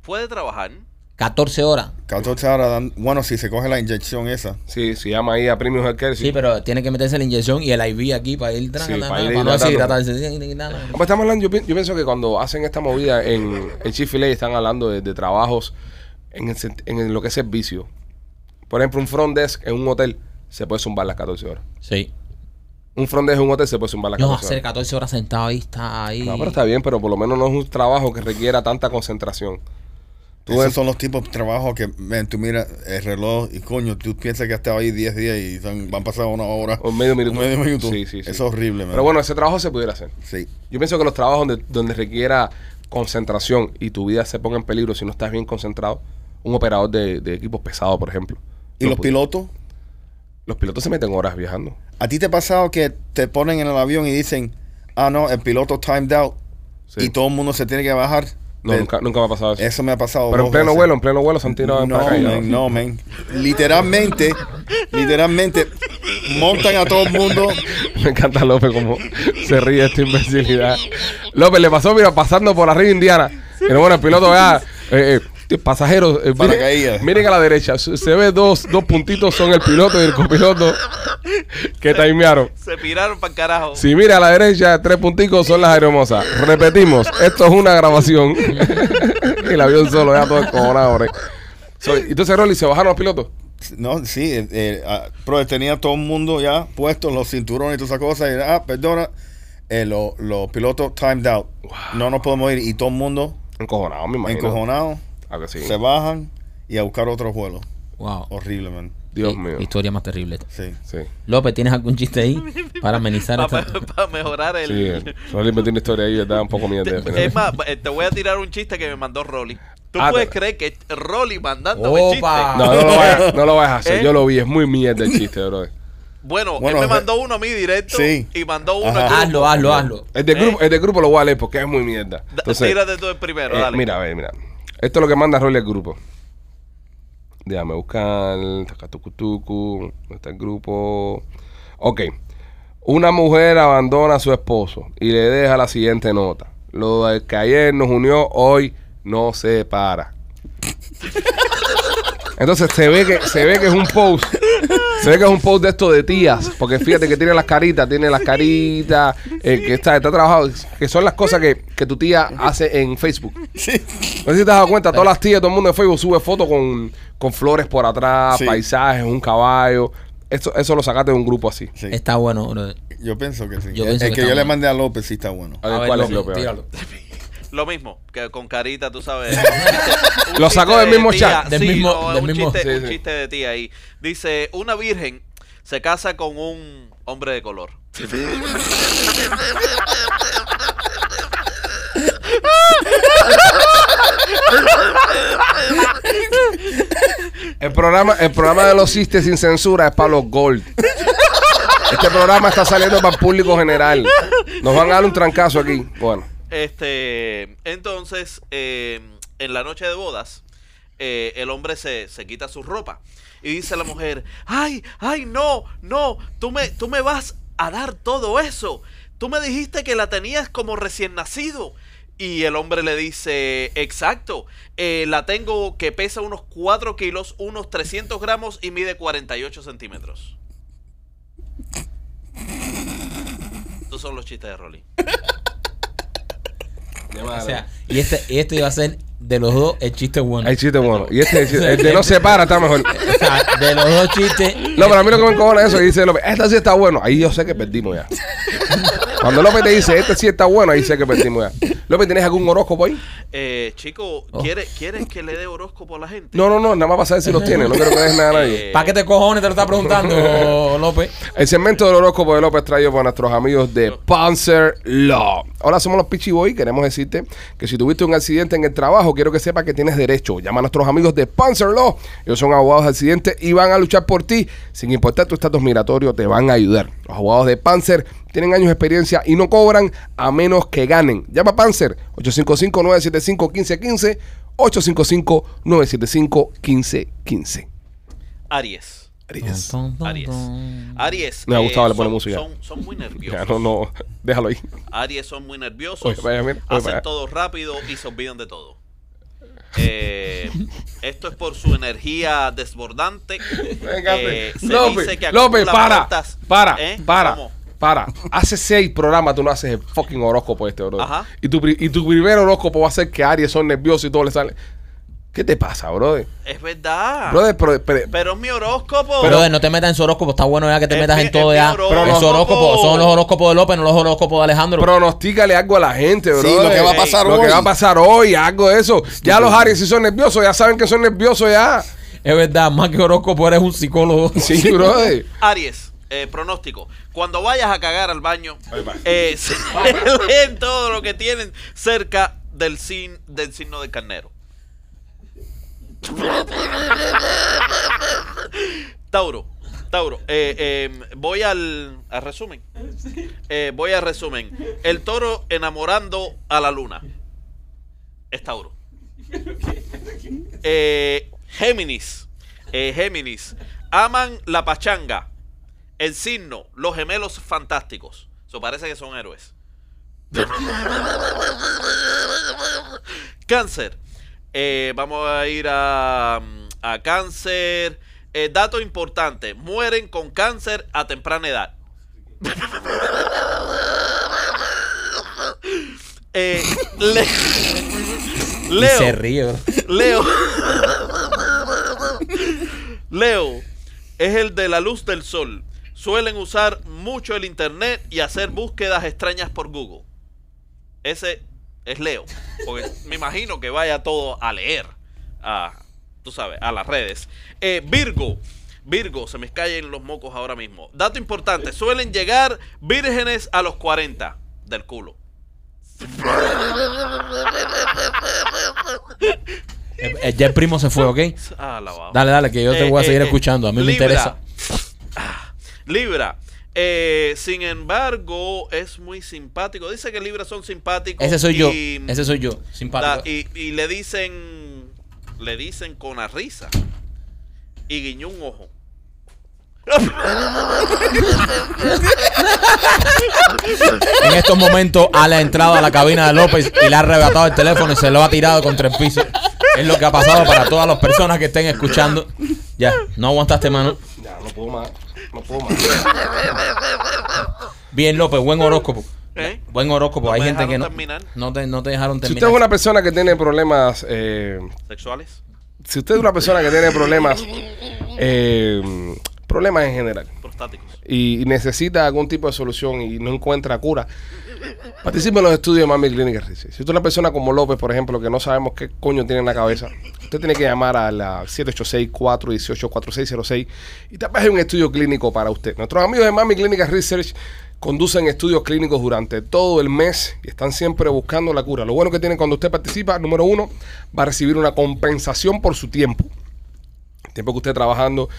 Puede trabajar. 14 horas. 14 horas dan- Bueno, si se coge la inyección esa. Sí, se llama ahí a Premium Healthcare. Sí, pero tiene que meterse la inyección y el IV aquí para ir tranca, para para, ir no hidratando. deshidratarse. Sí, nada. Como Pues estamos hablando, yo, pi- yo pienso que cuando hacen esta movida en, en Chick-fil-A están hablando de, de trabajos en, el sent- en lo que es servicio. Por ejemplo, un front desk en un hotel se puede zumbar las 14 horas. Sí. Un front desk en un hotel se puede zumbar las No, 14 hacer horas. 14 horas sentado ahí, está ahí. No, pero está bien, pero por lo menos no es un trabajo que requiera tanta concentración. Tú Esos ves- son los tipos de trabajo que, ven, tú miras el reloj y coño, tú piensas que has estado ahí 10 días y son- van pasado una hora. O medio minuto. medio minuto. Sí, sí, sí. Es horrible, man. Pero bueno, ese trabajo se pudiera hacer. Sí. Yo pienso que los trabajos donde, donde requiera concentración y tu vida se ponga en peligro si no estás bien concentrado, un operador de, de equipos pesados, por ejemplo. ¿Y los pu- pilotos? Los pilotos se meten horas viajando. ¿A ti te ha pasado que te ponen en el avión y dicen, ah, no, el piloto timed out Sí. y todo el mundo se tiene que bajar? No, De- nunca, nunca me ha pasado eso. Eso me ha pasado. Pero en dos pleno veces. vuelo, en pleno vuelo se han tirado en No, paracaídas. man, no, man. Literalmente, literalmente, montan a todo el mundo. Me encanta López como se ríe de esta imbecilidad. López le pasó, mira, pasando por arriba Indiana. Pero bueno, el piloto vea, eh, eh, pasajeros, eh, miren, Paracaídas. miren a la derecha. Se se ve dos, dos puntitos, son el piloto y el copiloto que timearon. Se piraron para el carajo. Si mira a la derecha, tres punticos son las aeromosas. Repetimos, esto es una grabación. y el avión solo ya todo encojonado, hombre. So, entonces, Rolly, ¿se bajaron los pilotos? No, sí, eh, eh, ah, pero tenía todo el mundo ya puesto los cinturones y todas esas cosas. Y, ah, perdona, eh, lo- los pilotos timed out. No nos podemos ir. Y todo el mundo Encojonados, me imagino. encojonado, Ah, que sí. se bajan y a buscar otro vuelo. Wow. Horrible, man. Oh, Dios Qué mío. Historia más terrible. esta. Sí. Sí. López, ¿tienes algún chiste ahí para amenizar Para, esta? mejorar el... Sí, eh, Rolly me tiene una historia ahí, ¿verdad? Un poco miedo. Te- es más, eh, te voy a tirar un chiste que me mandó Rolly. ¿Tú Ah, puedes te- creer que Rolly mandándome Opa. chistes? No, no lo, vayas, no lo vayas a hacer. ¿Eh? Yo lo vi. Es muy mierda el chiste, bro. Bueno, Bueno, él me eh, mandó uno a mí directo sí. y mandó uno Ajá. a Hazlo, hazlo, hazlo. El de ¿Eh? grupo, el de grupo lo voy a leer porque es muy mierda. Entonces, Tírate tú el primero, eh, dale. mira, a ver, mira. Esto es lo que manda Rolly al grupo. Déjame buscar. Tacatucutucu. ¿Dónde está el grupo? Ok. Una mujer abandona a su esposo y le deja la siguiente nota. Lo de que ayer nos unió, hoy no se para. Entonces se ve que se ve que es un post. Se ve que es un post de esto de tías. Porque fíjate que tiene las caritas, tiene las caritas, eh, que está, está trabajado. Que son las cosas que, que tu tía hace en Facebook. No sé si te has dado cuenta, todas las tías, todo el mundo en Facebook sube fotos con, con flores por atrás, Sí. paisajes, un caballo. Eso, eso lo sacaste de un grupo así. Sí. Está bueno, brother. Yo pienso que sí. Yo el pienso el que está que, yo le bueno. mandé a López sí está bueno. A ver, A ver, ¿cuál es López? López, tíralo. Lo mismo, que con carita, tú sabes. Un Lo chiste sacó del de mismo tía, chat. Del sí, mismo- no, del un, mismo- Chiste, sí, un sí. chiste de tía ahí. Dice, una virgen se casa con un hombre de color. El programa, el programa de los chistes sin censura es para los gold. Este programa está saliendo para el público general. Nos van a dar un trancazo aquí. Bueno, Este, entonces, eh, en la noche de bodas, eh, el hombre se, se quita su ropa y dice a la mujer, ay, ay, no, no, tú me, tú me vas a dar todo eso. Tú me dijiste que la tenías como recién nacido Y el hombre le dice, exacto, eh, la tengo que pesa unos 4 kilos, unos 300 gramos y mide 48 centímetros. Estos son los chistes de Rolly. O sea, y este, y este iba a ser de los dos el chiste bueno. Hay chiste bueno. Y este, el chiste- el de no se para está mejor. O sea, de los dos chistes. No, pero a mí lo que me encojona es eso. Y dice López, esta sí está bueno. Ahí yo sé que perdimos ya. Cuando López te dice, este sí está bueno, ahí sé que perdimos ya. López, ¿tienes algún horóscopo ahí? Eh, chico, ¿quieres, ¿quieres que le dé horóscopo a la gente? Oh. No, no, no. Nada más para saber si los tienes. No quiero que dejes nada a nadie. Eh, ¿Para qué te cojones te lo está preguntando, López? El segmento del horóscopo de López traído por nuestros amigos de Panzer Law. Ahora somos los Pichi Boy. Queremos decirte que si tuviste un accidente en el trabajo, quiero que sepas que tienes derecho. Llama a nuestros amigos de Panzer Law. Ellos son abogados de accidentes y van a luchar por ti. Sin importar tu estatus migratorio, te van a ayudar. Los abogados de Panzer tienen años de experiencia y no cobran a menos que ganen. Llama a Panzer 855-975-1515. 855-975-1515. Aries. Aries. Aries. Aries. eh, Me ha gustado, le pone son, música. Son, son muy Ya, nerviosos. no, no. Déjalo ahí. Aries son muy nerviosos. Oye, vaya, mira, oye, hacen vaya. todo rápido y se olvidan de todo. Eh, esto es por su energía desbordante. Véngate. Eh, se dice López, que López, acumula para, faltas- para, ¿Eh? para, ¿Cómo? para. Hace seis programas tú no haces el fucking horóscopo este, bro. Ajá. Y tu, pri- y tu primer horóscopo va a ser que Aries son nerviosos y todo le sale. ¿Qué te pasa, brother? Es verdad. Brother, pero, pero- Ah. pero es mi horóscopo. Pero, no te metas en su horóscopo, está bueno ya que te Es metas mi- en todo es mi ya. horóscopo. Esos horóscopos son los horóscopos de López, no los horóscopos de Alejandro. pronostícale algo a la gente, Sí, bro. lo que va a pasar Lo que hoy. va a pasar hoy, algo de eso. Ya los Aries si son nerviosos, ya saben que son nerviosos ya. Es verdad, más que horóscopo eres un psicólogo. Sí, brother. Aries, eh, pronóstico. Cuando vayas a cagar al baño, eh, se leen todo lo que tienen cerca del, sin, del signo del carnero. Tauro, Tauro, eh, eh, voy al, al resumen. Eh, voy al resumen. El toro enamorando a la luna. Es Tauro. Eh, Géminis. Eh, Géminis. Aman la pachanga. El signo, los gemelos fantásticos. Eso parece que son héroes. cáncer. Eh, vamos a ir a, a cáncer. Eh, dato importante. Mueren con cáncer a temprana edad. Eh, le- Y Leo. se ríe, bro. Leo. Leo es el de la luz del sol. Suelen usar mucho el internet y hacer búsquedas extrañas por Google. Ese es Leo. Porque me imagino que vaya todo a leer. A, tú sabes, a las redes. Eh, Virgo. Virgo, se me caen los mocos ahora mismo. Dato importante, suelen llegar vírgenes a los 40 del culo. Eh, eh, Ya el primo se fue, ¿ok? Ah, la baba. Dale, dale, que yo te Eh, voy a eh, seguir eh. escuchando. A mí me Libra. interesa. Ah, Libra. Eh, sin embargo, es muy simpático. Dice que Libra son simpáticos. Ese soy yo. y- Ese soy yo. da- Simpático. y, y le dicen. Le dicen con la risa. Y guiñó un ojo. En estos momentos, a la entrada a la cabina de López y le ha arrebatado el teléfono y se lo ha tirado contra el piso. Es lo que ha pasado para todas las personas que estén escuchando. Ya, no aguantaste, mano. Ya, no puedo más. No puedo más. Bien, López, buen horóscopo. ¿Eh? Buen horóscopo. No Hay me gente que no, dejaron terminar. no, te, no te dejaron Si terminar. usted es una persona que tiene problemas eh, ¿Sexuales? si usted es una persona que tiene problemas, eh, problemas en general, Prostáticos. y necesita algún tipo de solución y no encuentra cura, participe en los estudios de Mami Clinic Research. Si usted es una persona como López, por ejemplo, que no sabemos qué coño tiene en la cabeza, usted tiene que llamar a la 786-418-4606 y tal vez hay un estudio clínico para usted. Nuestros amigos de Mami Clinic Research conducen estudios clínicos durante todo el mes y están siempre buscando la cura. Lo bueno que tienen cuando usted participa, número uno, va a recibir una compensación por su tiempo tiempo que usted trabajando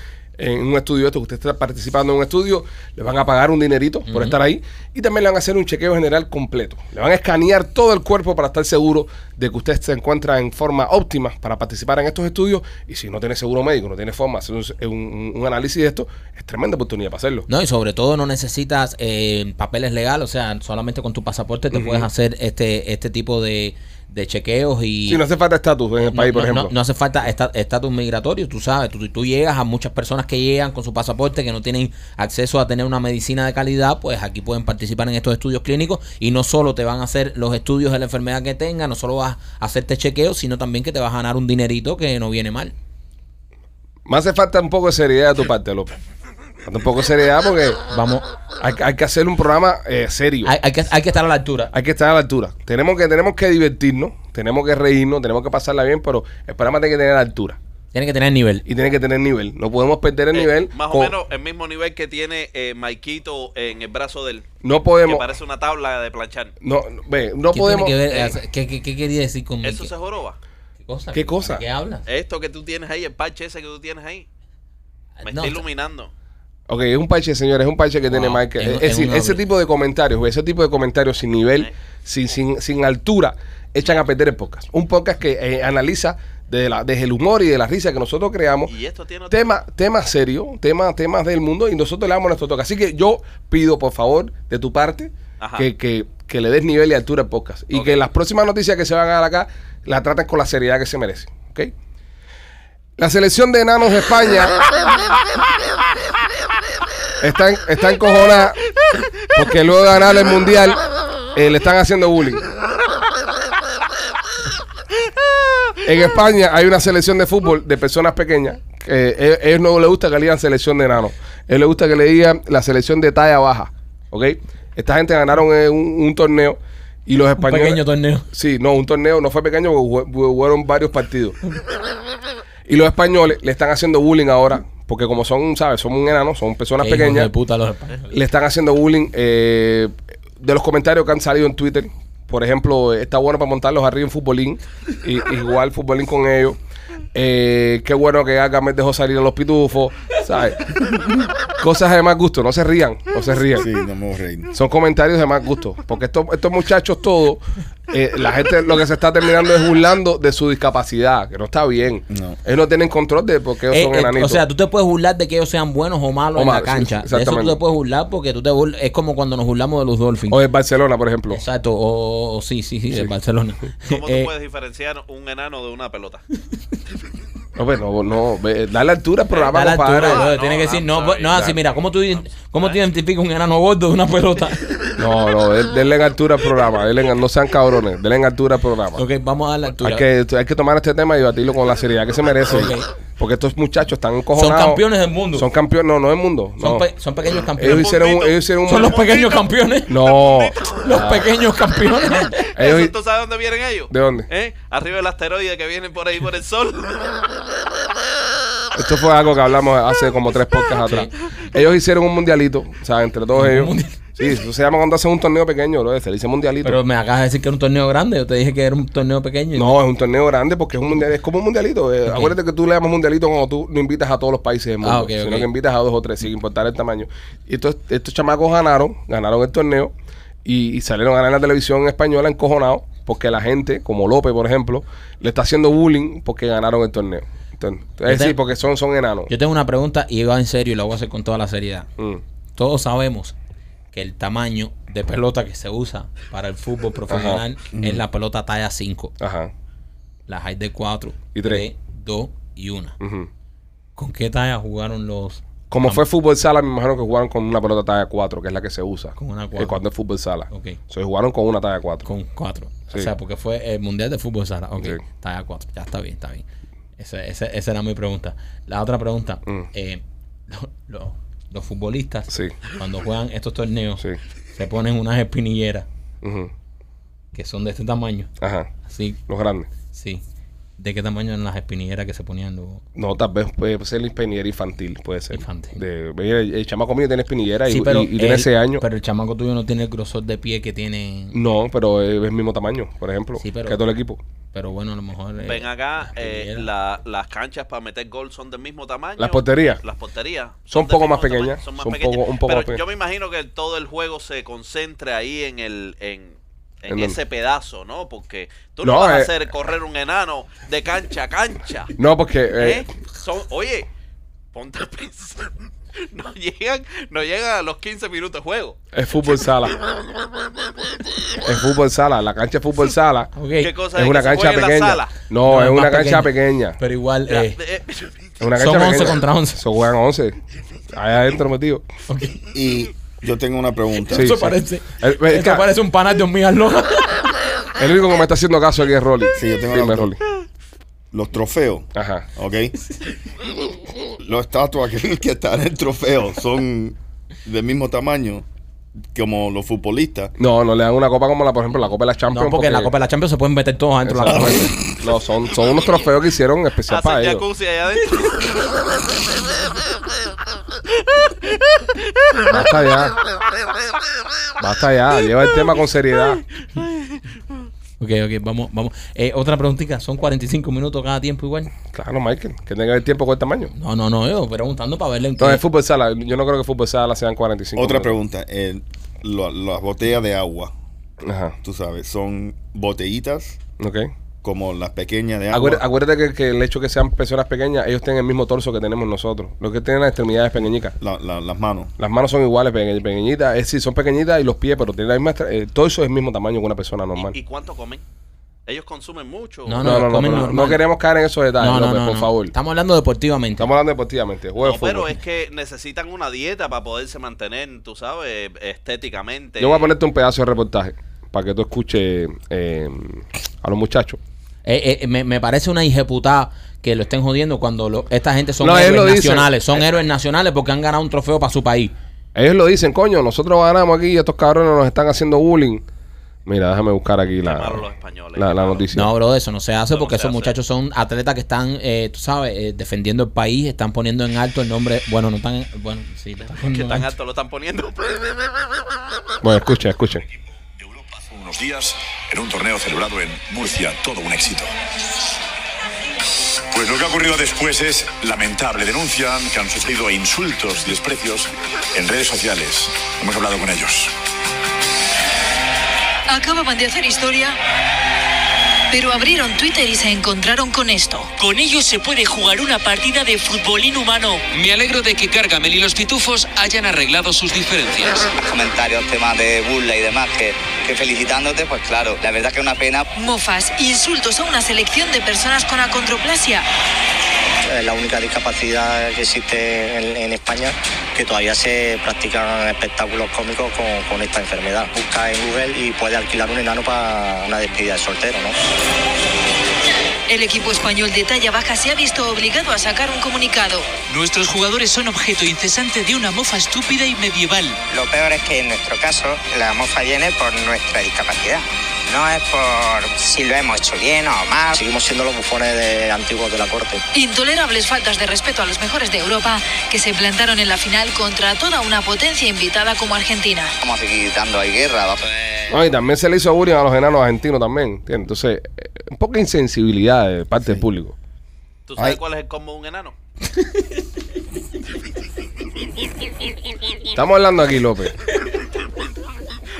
en un estudio esto, que usted está participando en un estudio, le van a pagar un dinerito por estar ahí y también le van a hacer un chequeo general completo. Le van a escanear todo el cuerpo para estar seguro de que usted se encuentra en forma óptima para participar en estos estudios y si no tiene seguro médico, no tiene forma de hacer un, un- un análisis de esto, es tremenda oportunidad para hacerlo. No, y sobre todo no necesitas eh, papeles legales, o sea, solamente con tu pasaporte te puedes hacer este este tipo de, de chequeos y... Si no hace falta estatus en el país, por ejemplo. no- no hace falta esta- estatus migratorio, tú sabes, tú, tú llegas a muchas personas que llegan con su pasaporte que no tienen acceso a tener una medicina de calidad, pues aquí pueden participar en estos estudios clínicos y no solo te van a hacer los estudios de la enfermedad que tengas, no solo vas a hacerte chequeo, sino también que te vas a ganar un dinerito que no viene mal. Me hace falta un poco de seriedad de tu parte, López. Falta un poco de seriedad porque Vamos, hay, hay que hacer un programa eh, serio. hay, hay que, hay que estar a la altura. Hay que estar a la altura. Tenemos que, tenemos que divertirnos, tenemos que reírnos, tenemos que pasarla bien, pero el programa tiene que tener altura. Tiene que tener nivel. Y tiene que tener nivel. No podemos perder el Eh, nivel. más o con- menos el mismo nivel que tiene eh, Maikito en el brazo del No que podemos. parece una tabla de planchar. No, no, ve, no ¿Qué, podemos. tiene que ver, eh, ¿qué, qué- qué quería decir con Eso Mickey? se Eh, joroba. ¿Qué cosa? ¿Qué cosa? ¿De qué hablas? Esto que tú tienes ahí, el parche ese que tú tienes ahí, me No, está iluminando. Ok, es un parche, señores, es un parche que tiene Wow, Michael. es- Es, es decir, un ese doble. tipo de comentarios, ese tipo de comentarios sin nivel, sin, Sí. sin, sin altura, echan a perder el podcast. Un podcast que eh, analiza desde, la- desde el humor y de la risa que nosotros creamos Y esto tiene otro- tema, tema serio, tema, temas del mundo y nosotros le damos nuestro toque. Así que yo pido, por favor, de tu parte, Ajá. que, que- que le des nivel y altura al podcast. Y Ok. que las próximas noticias que se van a dar acá la traten con la seriedad que se merece. ¿Ok? La selección de enanos de España está, en- está encojonada porque luego de ganar el mundial eh, le están haciendo bullying. En España hay una selección de fútbol de personas pequeñas. que eh, ellos no le gusta que le digan selección de enanos. Él le gusta que le digan la selección de talla baja. ¿Ok? Esta gente ganaron eh, un, un torneo y los Un españoles. pequeño torneo. Sí, no, un torneo no fue pequeño, porque jue- jugaron varios partidos. Y los españoles le están haciendo bullying ahora, porque como son, ¿sabes? Son un enano, son personas Qué hijos pequeñas Eh, de puta los españoles. le están haciendo bullying eh, de los comentarios que han salido en Twitter. Por ejemplo, eh, está bueno para montarlos arriba en futbolín y, y jugar futbolín con ellos. Eh, qué bueno que Agamés dejó salir a los pitufos, ¿sabes? Cosas de más gusto, no se rían, no se rían. Sí, no me voy a reír. Son comentarios de más gusto, porque estos, estos muchachos todos, eh, la gente lo que se está terminando es burlando de su discapacidad, que no está bien. No. Ellos no tienen control de por qué ellos Eh, son eh, o enanitos. sea, tú te puedes burlar de que ellos sean buenos o malos O en la malos, sí, cancha. de eso tú exactamente. te puedes burlar porque tú te burlas. Es como cuando nos burlamos de los Dolphins. o es Barcelona, por ejemplo. Exacto. O, o- sí, sí, sí, de Barcelona. ¿Cómo tú Eh, puedes diferenciar un enano de una pelota? No, pues, no, no, ve, dale altura al programa, da la altura, compadre. brother, no, tiene que decir, no, vamos pues, a no, ver, así, dale. mira, ¿cómo tú, cómo tú identificas un enano gordo de una pelota? No, no, de- denle en altura al programa, denle en- no sean cabrones, denle en altura al programa. ok, vamos a dar la Hay altura. que, hay que tomar este tema y debatirlo con la seriedad que se merece. Porque estos muchachos están Son encojonados. campeones del mundo. Son Son, campeones, no, no del mundo. no. pe- son pequeños ellos, campeones. hicieron un, Mundito. ellos hicieron un- son los pequeños campeones. No. Los pequeños campeones. Ellos- ¿Eso ¿Tú sabes dónde vienen ellos? ¿De dónde? ¿Eh? Arriba del asteroide que vienen por ahí por el sol. esto fue algo que hablamos hace como tres podcasts atrás. Ellos hicieron un mundialito, o sea, entre todos ellos. mundial. Sí, eso se llama cuando hacen un torneo pequeño, bro, se le dice mundialito. Pero me acabas de decir que era un torneo grande. Yo te dije que era un torneo pequeño. No, es un torneo grande porque es un mundial, es como un mundialito. eh, Acuérdate que tú le llamas mundialito cuando tú no invitas a todos los países del mundo, Ah, ok, sino ok. que invitas a dos o tres, sin importar el tamaño. Y estos, estos chamacos ganaron, ganaron el torneo y, y salieron a ganar en la televisión española encojonados porque la gente, como López, por ejemplo, le está haciendo bullying porque ganaron el torneo. Entonces, es decir, tengo- porque son, son enanos. Este- Yo tengo una pregunta y va en serio y la voy a hacer con toda la seriedad. Mm. Todos sabemos que el tamaño de pelota que se usa para el fútbol profesional es la pelota talla 5. Ajá. Las hay de 4, Y tres. 2 y 1. ujú. ¿Con qué talla jugaron los Como fue fútbol sala, me imagino que jugaron con una pelota talla 4, que es la que se usa. Con una eh, cuatro. Cuando es fútbol sala. Ok. Se jugaron con una talla 4. con 4? Sí. O sea, porque fue el mundial de fútbol sala. Ok, Sí. talla 4. Ya está bien, está bien. Ese- ese- esa era mi pregunta. La otra pregunta. eh, lo- lo- los futbolistas, Mm. Sí. cuando juegan estos torneos, Sí. se ponen unas espinilleras ujú, que son de este tamaño. Ajá. Así, Los grandes. Sí. ¿De qué tamaño eran las espinilleras que se ponían luego? No, tal vez puede ser la espinillera infantil, puede ser. Infantil. De, mira, el, el chamaco mío tiene espinillera Ah, y- Sí, y, pero y tiene el- ese año. Pero el chamaco tuyo no tiene el grosor de pie que tiene. no, pero es el mismo tamaño, por ejemplo, Sí, pero- que todo el equipo. Pero bueno, a lo mejor. eh, Ven acá, eh, piedra. la- las canchas para meter gol son del mismo tamaño. Las porterías. Las porterías. Son del poco mismo más pequeñas, tamaño, son poco- un poco Pero más pequeñas. yo me imagino que el- todo el juego se concentre ahí en el. En, en ¿En dónde? ese pedazo, ¿no? Porque tú no, No, vas a eh. hacer correr un enano de cancha a cancha. No, porque eh, ¿eh? Son, oye, ponte a pensar. No llegan, no llegan a los 15 minutos de juego. es fútbol sala. es fútbol sala. La cancha es fútbol sala. Ok. ¿Qué cosa Es que una se cancha juega en la pequeña. sala? No, No, es más una cancha pequeña. pequeña. Pero igual. Ya, eh, eh, Es una Son cancha 11 pequeña. contra 11. Se juegan 11. Allá adentro metido. Y yo tengo una pregunta. Sí, eso sí. parece. El- el- esto ca- parece un panal de hormigas locas. El único que me está haciendo caso aquí es Rolly. Sí, yo tengo Dime, la- Rolly. Los trofeos. Ajá. ¿Ok? Los estatuas que, que están en el trofeo son del mismo tamaño como los futbolistas. No, no le dan una copa como la, por ejemplo, la Copa de la Champions. No, porque en la Copa de la Champions se pueden meter todos adentro de la Copa. Exactamente. No, son, son unos trofeos que hicieron especial para Hacen ellos. jacuzzi allá adentro. Basta ya. Basta ya. Lleva el tema con seriedad. Ok, ok, vamos, vamos. Eh, otra preguntita, ¿son 45 minutos cada tiempo igual? Claro, Michael. Que tenga el tiempo con el tamaño. No, no, no, yo preguntando para verle en qué- Entonces, el fútbol sala. Yo no creo que el fútbol sala sean 45. Otra minutos. pregunta. eh, lo- las botellas de agua, Ajá. tú sabes, son botellitas Ok. como las pequeñas de agua. Acuérdate, acuérdate que, que el hecho que sean personas pequeñas, ellos tienen el mismo torso que tenemos nosotros. Los que tienen las extremidades pequeñicas. la- la- las manos. Las manos son iguales, peque- pequeñitas. Es decir, son pequeñitas y los pies, pero tienen la misma. extra- El torso es el mismo tamaño que una persona normal. ¿Y, y cuánto comen? Ellos consumen mucho. No, No, no, no, comen pero normal. no queremos caer en esos detalles, No, no, López, no, por no. favor. Estamos Estamos hablando deportivamente. hablando deportivamente, juego No, de fútbol. pero este es que necesitan una dieta para poderse mantener, tú sabes, estéticamente. Yo voy a ponerte un pedazo de reportaje para que tú escuches eh, a los muchachos. Eh, eh, me, me parece una injeputada que lo estén jodiendo cuando lo- esta gente son No, ellos lo héroes dicen. nacionales. Son héroes nacionales porque han ganado un trofeo para su país. Ellos lo dicen, coño, nosotros ganamos aquí y estos cabrones nos están haciendo bullying. Mira, déjame buscar aquí la, malos los la, españoles, la qué malos. noticia. No, bro, eso no se hace Eso no porque se esos hace. muchachos son atletas que están, eh, tú sabes, eh, defendiendo el país, están poniendo en alto el nombre. Bueno, no están. Bueno, sí, lo están que poniendo en tan alto. alto lo están poniendo. Bueno, escuchen, escuchen. de Europa hace unos días en un torneo celebrado en Murcia, todo un éxito. Pues lo que ha ocurrido después es lamentable. Denuncian que han sufrido insultos y desprecios en redes sociales. Hemos hablado con ellos. Acababan de hacer historia, pero abrieron Twitter y se encontraron con esto. Con ellos se puede jugar una partida de fútbol inhumano. Me alegro de que Gargamel y los pitufos hayan arreglado sus diferencias. comentarios, temas de burla y demás, que, que felicitándote, pues claro, la verdad que es una pena, pues, Mofas, insultos a una selección de personas con acondroplasia. es la única discapacidad que existe en, en España, que todavía se practican espectáculos cómicos con, con esta enfermedad. Busca en Google y puede alquilar un enano para una despedida de soltero, ¿no? El equipo español de talla baja se ha visto obligado a sacar un comunicado. Nuestros jugadores son objeto incesante de una mofa estúpida y medieval. Lo peor es que en nuestro caso la mofa viene por nuestra discapacidad. No es por si lo hemos hecho bien o mal. Seguimos siendo los bufones eh, de antiguos de la corte. Intolerables faltas de respeto a los mejores de Europa que se plantaron en la final contra toda una potencia invitada como Argentina. Vamos a seguir dando ahí guerra. No, y también se le hizo bullying a los enanos argentinos también. ¿entiendes? Entonces, eh, un poco de insensibilidad de parte del público. ¿Tú sabes Ay. cuál es el combo de un enano? Estamos hablando aquí, López.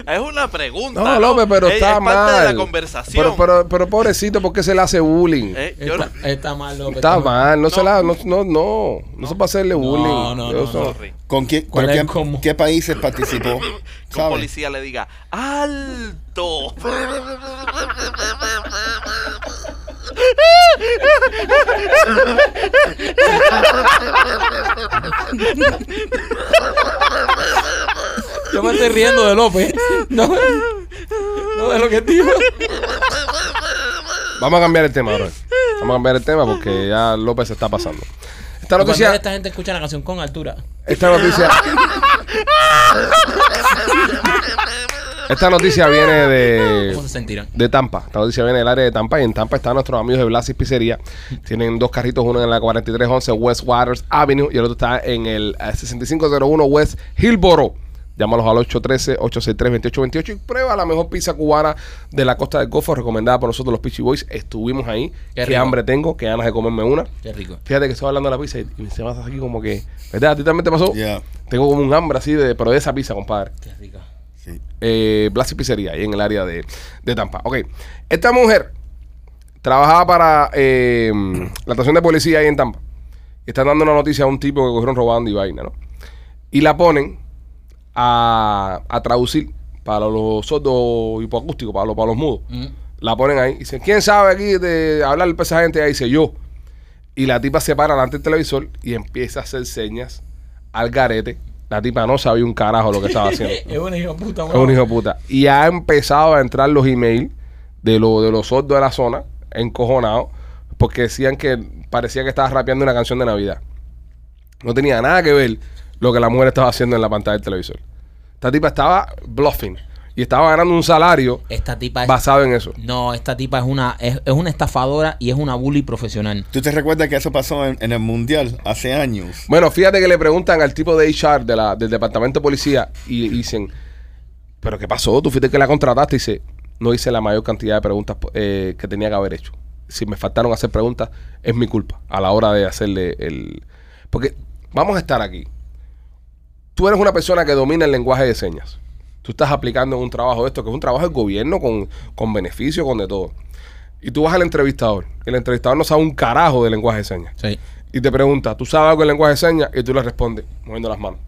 Es una pregunta. No, López, pero Es- está es mal. parte de la conversación. Pero, pero, pero pobrecito, ¿por qué se le hace bullying? Eh, yo no- Está, está mal, López. Está mal, no, se No. la, no, no, no, no se puede hacerle bullying. no, no, Yo so- sorry. Que ¿Con quién, ¿Cuál pero es el qué- cómo? qué países participó? un ¿Sabes? policía le diga, ¡alto! Yo me estoy riendo de López. No, no de lo que digo. Vamos a cambiar el tema, ahora. Vamos a cambiar el tema porque ya López se está pasando. Esta Cuando noticia, esta gente escucha la canción con altura. esta noticia. Esta noticia viene ¿Cómo se de, sentirán? de Tampa. Esta noticia viene del área de Tampa. Y en Tampa están nuestros amigos de Blasis Pizzería. Tienen dos carritos, uno en la 4311 West Waters Avenue y el otro está en el eh, 6501 West Hillboro. Llámalos al 813-863-2828 y prueba la mejor pizza cubana de la costa del Golfo, recomendada por nosotros los Pichi Boys. Estuvimos ahí. Qué Qué, rico. hambre tengo, qué ganas de comerme una. Qué rico. Fíjate que estaba hablando de la pizza y y se me hace aquí como que. ¿Verdad? ¿A ti también te pasó? Yeah. Tengo como un hambre así, de, pero de esa pizza, compadre. Qué rica. Sí. Eh, Blas y Pizzería, ahí en el área de, de Tampa. Ok. Esta mujer trabajaba para eh, la estación de policía ahí en Tampa. Y están dando una noticia a un tipo que cogieron robando y vaina, ¿no? Y la ponen a, a traducir para los sordos hipoacústicos, para los, para los mudos. La ponen ahí. Y dicen, ¿quién sabe aquí de hablar para esa gente? Y ahí dice, yo. Y la tipa se para delante del televisor y empieza a hacer señas al garete. La tipa no sabía un carajo lo que estaba haciendo. Es un hijo de puta, Es un hijo de puta. Y ha empezado a entrar los emails de, lo, de los sordos de la zona, encojonados, porque decían que parecía que estaba rapeando una canción de Navidad. No tenía nada que ver lo que la mujer estaba haciendo en la pantalla del televisor. Esta tipa estaba bluffing y estaba ganando un salario Esta tipa es. basado en eso. No, esta tipa es una, es, es una estafadora y es una bully profesional. ¿Tú te recuerdas que eso pasó en, en el Mundial hace años? Bueno, fíjate que le preguntan al tipo de HR de la- del departamento de policía y, y dicen, ¿pero qué pasó? ¿Tú fuiste el que la contrataste? Y dice, no hice la mayor cantidad de preguntas eh, que tenía que haber hecho. Si me faltaron hacer preguntas, es mi culpa a la hora de hacerle el... Porque vamos a estar aquí. Tú eres una persona que domina el lenguaje de señas. Tú estás aplicando un trabajo de esto, que es un trabajo del gobierno con, con beneficio, con de todo. Y tú vas al entrevistador. El entrevistador no sabe un carajo del lenguaje de señas Sí. y te pregunta, ¿tú sabes algo del lenguaje de señas? Y tú le respondes, moviendo las manos.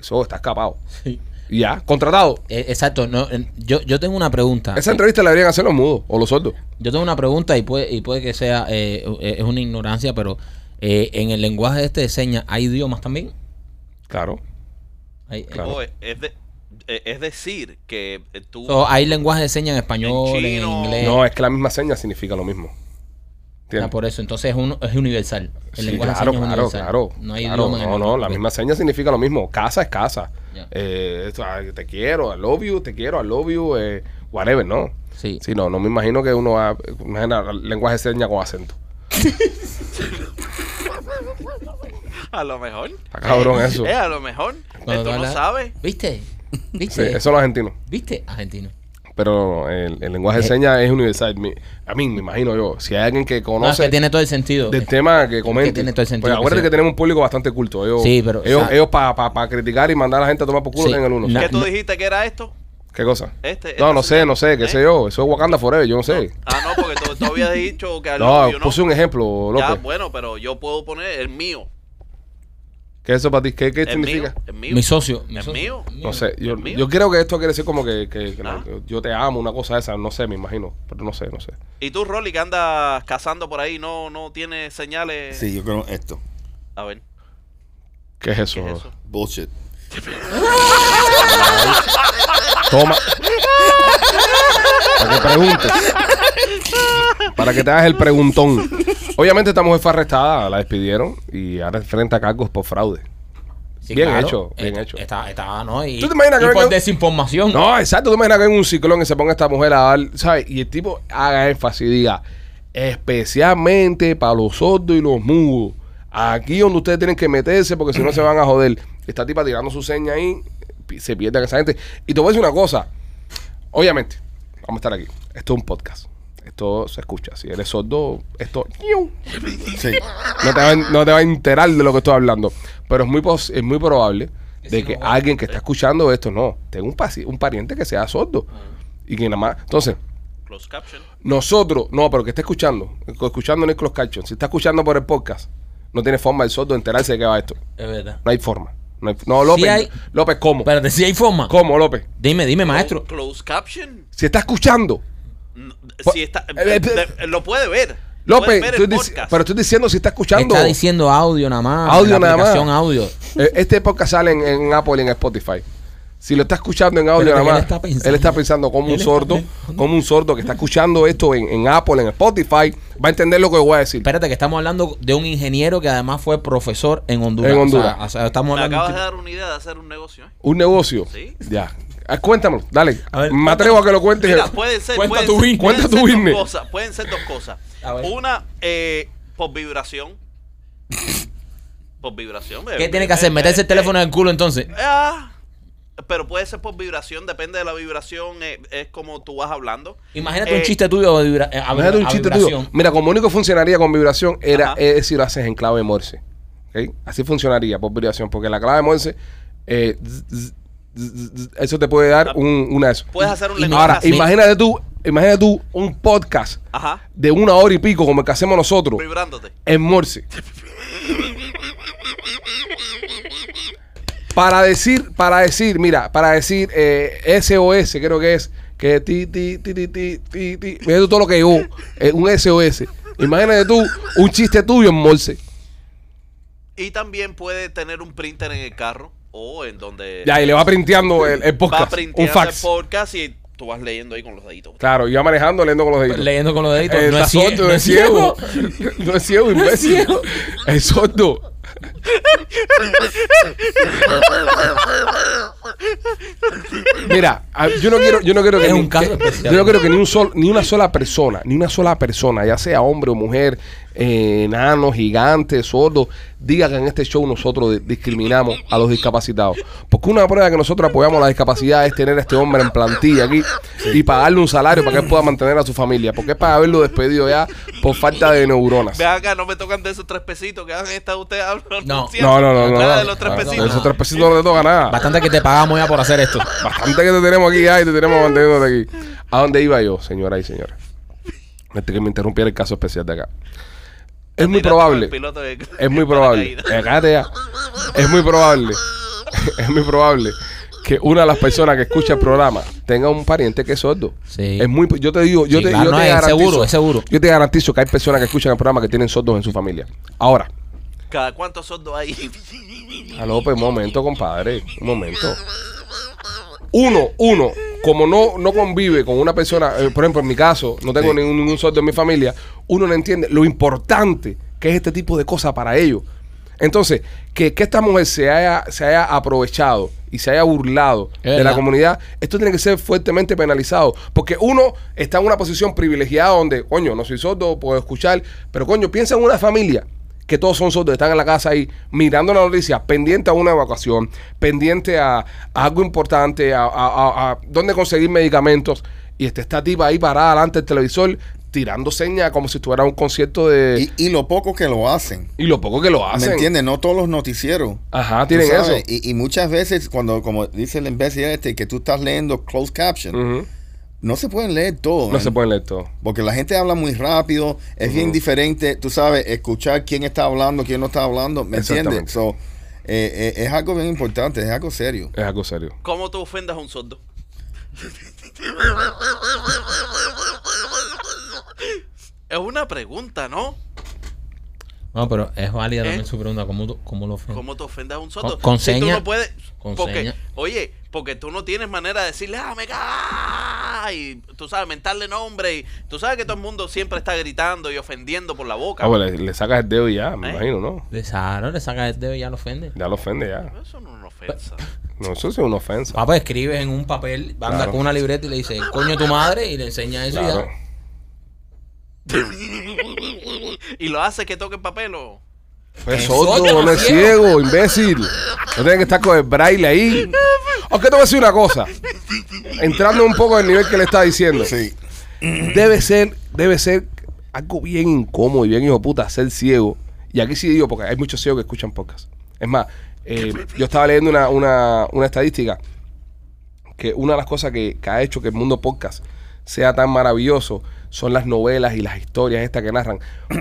Eso está escapado. Sí. Y ya, contratado. Eh, exacto. no, eh, yo, yo tengo una pregunta. Esa entrevista la deberían hacer los mudos o los sordos. Yo tengo una pregunta y puede, y puede que sea, eh, eh, es una ignorancia, pero eh, en el lenguaje este de señas, ¿hay idiomas también? Claro. Hay, Claro. Oh, es, es de- eh, es decir, que eh, tú. so, hay lenguaje de señas en español, en, En chino. inglés. No, es que la misma seña significa lo mismo. Ah, ¿Entiendes? Eh. por eso, entonces es, un- es universal. El Sí, lenguaje claro, de señas claro, es universal. claro. No hay claro, idioma en el No, otro. pues. no, la misma seña significa lo mismo. Casa es casa. Ya. Eh, esto, ay, te quiero, I love you, te quiero, I love you, eh, whatever, ¿no? Sí. Sí, no, no me imagino que uno va imagina, lenguaje de señas con acento. A lo mejor. Está cabrón eso. Eh, a lo mejor. Cuando Eh, tú tú no hablas- sabes. ¿Viste? Sí, ¿Viste? eso es lo argentino. ¿Viste? Argentino. Pero el, el lenguaje de Eh. señas es universal. Mi- A mí, me imagino yo. Si hay alguien que No, es conoce que tiene todo el sentido. del tema, que comente. tiene todo el sentido Pues que acuérdate sea. que, tenemos un público bastante culto. Ellos, Sí, pero- ellos, exacto. para criticar y mandar a la gente a tomar por culo Sí, tienen el uno. na- ¿Qué tú no- dijiste que era esto? ¿Qué cosa? Este- no, este no sé, señor, no sé. ¿Qué ¿eh? sé yo? Eso es Wakanda Forever. Yo no sé. Ah, no, porque tú, tú habías dicho que al No, novio puse un ejemplo, Ya, López. bueno, pero yo puedo poner el mío. ¿Qué es eso para ti? ¿Qué, qué El significa? mío. El mío. Mi socio. Mi Es socio. mío. No sé. Yo, ¿El mío? yo creo que esto quiere decir como que, que- que Ah. no- yo te amo, una cosa esa. No sé, me imagino. Pero no sé, no sé. Y tú, Rolly, que andas cazando por ahí, no, no tienes señales. Sí, yo creo esto. A ver, ¿Qué es eso? ¿qué es eso? Bullshit. Toma. Para que preguntes. Para que te hagas el preguntón. Obviamente esta mujer fue arrestada, la despidieron y ahora enfrenta cargos por fraude. Sí, Bien claro. hecho, bien Está- hecho. Está, está, ¿no? Y, ¿Tú te imaginas que y por venga- desinformación. No, exacto. Tú imaginas que hay un ciclón que se ponga esta mujer a dar, ¿sabes? Y el tipo haga énfasis y diga, especialmente para los sordos y los mudos. Aquí donde ustedes tienen que meterse porque si no se van a joder. Esta tipa tirando su seña ahí, pi- se pierden esa gente. Y te voy a decir una cosa. Obviamente, vamos a estar aquí. Esto es un podcast. Esto se escucha. Si eres sordo, esto... Sí. No te, va, a- no te va a enterar de lo que estoy hablando. Pero es muy, pos- es muy probable de que alguien que está escuchando esto, no, tenga un, paci- un pariente que sea sordo. Ah. Y que nada más. Entonces, Closed caption. nosotros, no, pero que esté escuchando, escuchando en el closed caption, si está escuchando por el podcast, no tiene forma el sordo de enterarse de qué va esto. Es verdad. No hay forma. No, hay- no, López, Sí hay- López, ¿cómo? Espérate, si hay forma. ¿Cómo, López? Dime, dime, maestro. Closed caption. Si está escuchando, No, Pues- Si está, eh, eh, de- de- lo puede ver. López, Puede ver tú el dices- podcast. pero estoy diciendo si está escuchando. Está diciendo audio nada más. Audio la nada más. aplicación audio. Eh, Este podcast sale en, en Apple y en Spotify. Si lo está escuchando en audio nada Espérate, que él más, está pensando. él está pensando como Él un está sordo, pensando. como un sordo que está escuchando esto en, en Apple, en Spotify, va a entender lo que voy a decir. Espérate, que estamos hablando de un ingeniero que además fue profesor en Honduras. En Honduras. O sea, o sea, estamos Me hablando de un acabas de tipo- dar una idea de hacer un negocio. ¿eh? Un negocio. Sí. Ya. Ah, Cuéntamelo, dale. A ver, Me atrevo a que lo cuentes. Mira, pues, pueden ser, Cuenta pueden tu ser- business. pueden Cuenta tu ser dos business. cosas, pueden ser dos cosas. A ver. Una, eh, por vibración. por eh, vibración. ¿Qué tiene que hacer? ¿Meterse el teléfono en el culo entonces? eh, Ah, pero puede ser por vibración, depende de la vibración, eh, es como tú vas hablando. Imagínate un Eh, chiste tuyo de vibra- eh, a- Imagínate un a chiste vibración. tuyo. Mira, como único funcionaría con vibración era es si lo haces en clave Morse. ¿ok? Así funcionaría por vibración, porque la clave Morse, eh, zzz, zzz, zzz, zzz, eso te puede dar un, una de esas. Ah, Puedes hacer un lenguaje Ahora, así. imagínate tú, imagínate tú un podcast Ajá. de una hora y pico como el que hacemos nosotros Vibrándote. en Morse. Para decir, para decir, mira, para decir eh, SOS, creo que es, que ti, ti, ti, ti, ti, ti, ti. Mira tú todo lo que llegó, eh, un SOS. Imagínate tú un chiste tuyo en Morse. Y también puede tener un printer en el carro o en donde. Ya, y le va printeando el, el Va podcast, un printeando fax. el podcast y tú vas leyendo ahí con los deditos. Claro, iba manejando, leyendo con los deditos. Leyendo con los deditos. Eh, no, está es cie- sordo, no es ciego. No es ciego, No es imbécil. ciego. Es sordo. Mira, a- yo no quiero, yo no quiero que, Es ni, un caso que- especial. yo no quiero que ni un sol, ni una sola persona, ni una sola persona, ya sea hombre o mujer, eh, enano, gigante, sordo, diga que en este show nosotros di- discriminamos a los discapacitados. Porque una prueba que nosotros apoyamos la discapacidad es tener a este hombre en plantilla aquí y pagarle un salario para que él pueda mantener a su familia. Porque es para haberlo despedido ya por falta de neuronas. Vean acá, no me tocan de esos tres pesitos que hagan esta ustedes hablan. No. No, no, no, no. Nada no. de los tres No, pesitos. Esos tres pesitos no te toca nada. Bastante que te pagamos ya por hacer esto. Bastante que te tenemos aquí ya y te tenemos manteniéndote aquí. ¿A dónde iba yo, señora y señora? Antes que me interrumpiera el caso especial de acá. Es muy Mira, probable. el piloto de- Es muy probable. de eh, cállate ya. Es muy probable. Es muy probable que una de las personas que escucha el programa tenga un pariente que es sordo. Sí. Es muy yo te digo, yo Sí, te, claro, yo no, te es garantizo. seguro, es seguro. Yo te garantizo que hay personas que escuchan el programa que tienen sordos en su familia. Ahora, Cada cuántos sordos hay. a López, Ah, pues, un momento, compadre. Un momento. Uno, uno, como no, no convive con una persona, eh, por ejemplo, en mi caso, no tengo Sí. ningún, ningún sordo en mi familia, uno no entiende lo importante que es este tipo de cosas para ellos. Entonces, que, que esta mujer se haya, se haya aprovechado y se haya burlado Es de la verdad. comunidad, esto tiene que ser fuertemente penalizado. Porque uno está en una posición privilegiada donde, coño, no soy sordo, puedo escuchar, pero coño, piensa en una familia que todos son sordos, están en la casa ahí mirando la noticia, pendiente a una evacuación, pendiente a, a algo importante, a, a- a- a dónde conseguir medicamentos. Y está esta tipa ahí parada delante del televisor tirando señas como si estuviera en un concierto de... Y, y lo poco que lo hacen. Y, lo poco que lo hacen. ¿Me entiendes? No todos los noticieros. Ajá, tú tienen eso. sabes, Y, y muchas veces, cuando, como dice el imbécil este, que tú estás leyendo closed caption, Ujú. no se pueden leer todo. Mm. No se ¿eh? pueden leer todo. Porque la gente habla muy rápido, es bien diferente, tú sabes, escuchar quién está hablando, quién no está hablando, ¿me Exactamente. entiendes? So, eh, eh, es algo bien importante, es algo serio. Es algo serio. ¿Cómo tú ofendas a un sordo? es una pregunta, ¿no? No, pero es válida ¿Eh? también su pregunta. ¿Cómo, tú- cómo lo fue? ¿Cómo te ofendas a un sordo? Con- con Si tú seña. no puedes. Con porque, seña. Oye, porque tú no tienes manera de decirle, ah, me caga. Y tú sabes, mentarle nombre. Y tú sabes que todo el mundo siempre está gritando y ofendiendo por la boca. Ah, pues le, le sacas el dedo y ya, me ¿Eh? imagino, ¿no? Le saca, le saca el dedo y ya lo ofende. Ya lo ofende ya. Eso no es una ofensa. No, eso sí es una ofensa. Papá, escribes en un papel, anda Claro. con una libreta y le dice, coño tu madre, y le enseña eso Claro. y ya. y lo hace que toque papel o. Pues Es sordo, sordo, no es ciego. ciego, imbécil. No tienen que estar con el braille ahí. Aunque te voy a decir una cosa. Entrando un poco del nivel que le está diciendo. Sí. Debe ser, debe ser algo bien incómodo y bien hijo de puta ser ciego. Y aquí sí digo, porque hay muchos ciegos que escuchan podcast. Es más, eh, yo estaba leyendo una, una, una estadística que una de las cosas que, que ha hecho que el mundo podcast sea tan maravilloso son las novelas y las historias estas que narran.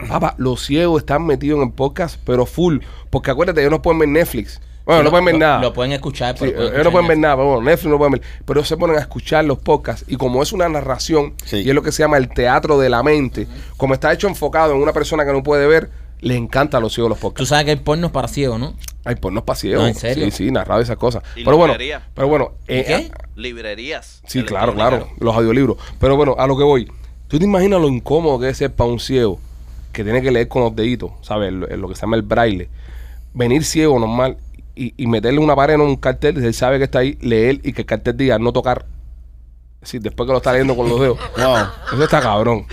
Papá, los ciegos están metidos en el podcast, pero full. Porque acuérdate, ellos no pueden ver Netflix. Bueno, no pueden ver Lo- nada. Lo pueden escuchar, Sí, eh, pero ellos no pueden ver nada, pero bueno, Netflix no pueden ver, pero ellos se ponen a escuchar los podcasts y como es una narración Sí. y es lo que se llama el teatro de la mente, como está hecho enfocado en una persona que no puede ver, le encanta a los ciegos los Tú podcasts. sabes que hay pornos para ciegos, ¿no? Ay, pues no es pa' ciegos. No, ¿en serio? Sí, sí, narrado y esas cosas. Y Pero bueno, librería. pero bueno, eh, ¿Qué? ah, Librerías. sí, claro, claro, electrónicas. los audiolibros. Pero bueno, a lo que voy. ¿Tú te imaginas lo incómodo que es ser para un ciego que tiene que leer con los deditos, ¿sabes? Lo, lo que se llama el braille. Venir ciego normal y, y meterle una pared en un cartel, él sabe que está ahí, leer y que el cartel diga no tocar. Sí, después que lo está leyendo con los dedos. Wow. Eso está cabrón.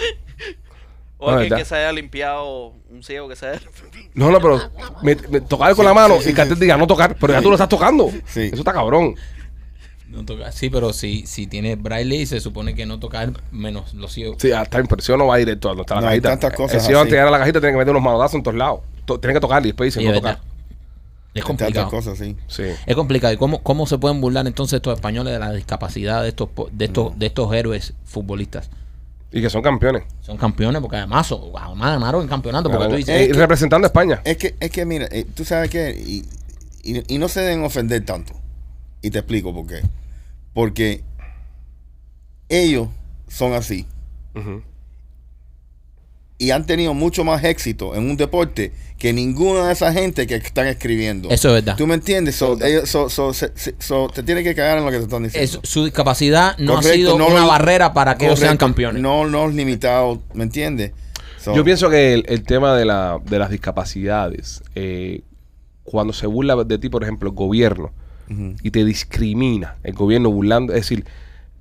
O Ah, alguien ¿verdad? que se haya limpiado, un ciego que se haya limpiado. No, no, pero me, me- tocar con la mano sí, y el cartel diga no tocar, pero ya tú lo estás tocando. Sí. Eso está cabrón. No toca, sí, pero si, si tiene braille y se supone que no tocar menos los ciegos. Sí, ah, hasta impresión no va directo a donde está la No, hay cajita. tantas cosas El ciego antes así. de llegar a la cajita tiene que meter unos manodazos en todos lados. To- tiene que tocar y después dicen Sí, no es tocar. verdad. Es Tantas complicado. cosas, sí. Sí. Es complicado. ¿Y cómo, cómo se pueden burlar entonces estos españoles de la discapacidad de estos po- de estos, de estos héroes futbolistas? Y que son campeones. Son campeones porque además, son- además ganaron en campeonato. Porque tú dices, Eh, y representando a España. Es que, es que mira, eh, tú sabes que, y, y- y no se deben ofender tanto. Y te explico por qué. Porque ellos son así Ujú. y han tenido mucho más éxito en un deporte que ninguna de esa gente que están escribiendo. Eso es verdad. ¿Tú me entiendes? So, ellos- so- so- se- se- so, te tiene que cagar en lo que te están diciendo. es- su discapacidad no ha Correcto, sido no una lo- barrera para que ellos sean Correcto. campeones. No, no es limitado, ¿me entiendes? So, Yo pienso que el, el tema de, la, de las discapacidades, eh, cuando se burla de ti, por ejemplo, el gobierno, ujú. y te discrimina, el gobierno burlando, es decir,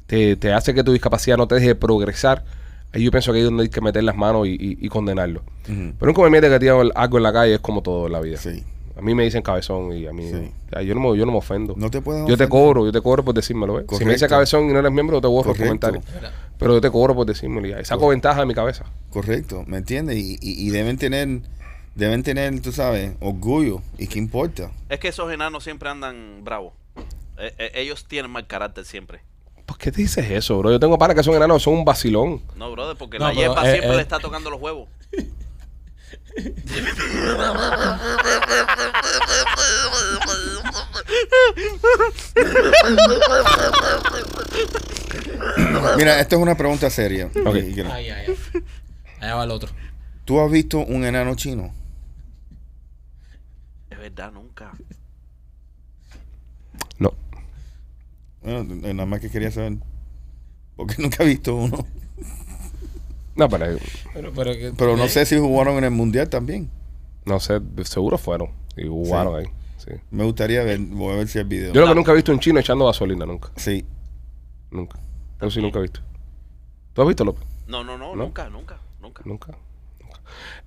te, te hace que tu discapacidad no te deje progresar, ahí yo pienso que ahí es donde hay que meter las manos y, y- y condenarlo. Ujú. Pero un comediante que tira algo en la calle es como todo en la vida. Sí. A mí me dicen cabezón y a mí Sí. ay, yo, no me, yo no me ofendo. No te puedes yo te ofender. cobro, yo te cobro por decírmelo. ¿eh? Si me dice Correcto. cabezón y no eres miembro, yo te borro los Correcto. comentarios. Pero yo te cobro por decírmelo. y ya, Saco ventaja de mi cabeza. Correcto, ¿me entiendes? Y, y- y deben tener, deben tener, tú sabes, orgullo. ¿Y qué importa? Es que esos enanos siempre andan bravos. Eh, eh, ellos tienen mal carácter siempre. ¿Por qué te dices eso, bro? Yo tengo para que son enanos, son un vacilón. No, brother, porque No, la pero, yepa eh, siempre eh. le está tocando los huevos. Mira, esta es una pregunta seria. Ok. Y- y- Ay, ay, ay. Allá va el otro. ¿Tú has visto un enano chino? Es verdad, nunca. No. Bueno, eh, nada más que quería saber. Porque nunca he visto uno. No, pero eh, Pero, pero que- Pero no ¿eh? sé si jugaron en el mundial también. no sé, seguro fueron. Y jugaron ahí. sí. Me gustaría ver, voy a ver si el video. Yo lo que nunca he visto un chino echando gasolina, nunca. Sí. Nunca. Yo sí nunca he visto. ¿Tú has visto, López? No, no, no, ¿No? nunca, nunca, nunca. Nunca. nunca.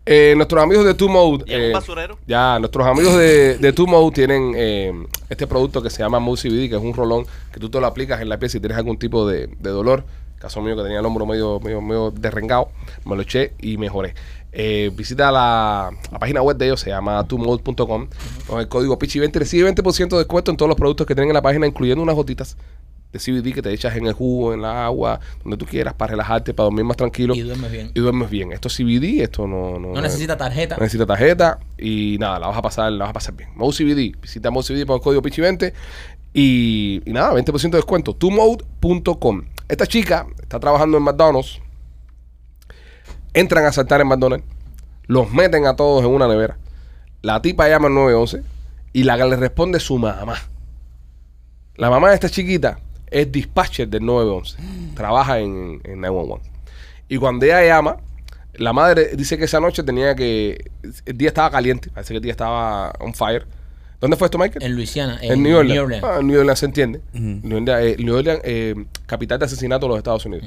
Eh, nuestros amigos de Two Mode. ¿Y en un eh, basurero? ya, nuestros amigos de, de Two Mode tienen eh, este producto que se llama Mode CBD, que es un rolón que tú te lo aplicas en la piel si tienes algún tipo de, de dolor. Caso mío que tenía el hombro medio, medio, medio derrengado, me lo eché y mejoré. Eh, visita la, la página web de ellos, se llama tumode.com. Con el código PICHI20 recibe 20% de descuento en todos los productos que tienen en la página, incluyendo unas gotitas de CBD que te echas en el jugo, en la agua, donde tú quieras, para relajarte, para dormir más tranquilo Y duermes bien. y duermes bien. Esto es CBD, esto no, no, No necesita tarjeta. no necesita tarjeta y nada, la vas a pasar, la vas a pasar bien. Mode CBD, visita Mode CBD por el código PICHI20 y, y nada, 20% de descuento. Tumode.com. Esta chica está trabajando en McDonald's. Entran a saltar en McDonald's, los meten a todos en una nevera. La tipa llama al 911 y la que le responde es su mamá. La mamá de esta chiquita es dispatcher del 911. Trabaja en, en 911. Y cuando ella llama, la madre dice que esa noche tenía que. El día estaba caliente, parece que el día estaba on fire. ¿Dónde fue esto, Michael? En Luisiana, en, En New Orleans. New Orleans. Ah, en New Orleans se entiende. Ujú. New Orleans, eh, New Orleans, eh, capital de asesinato de los Estados Unidos.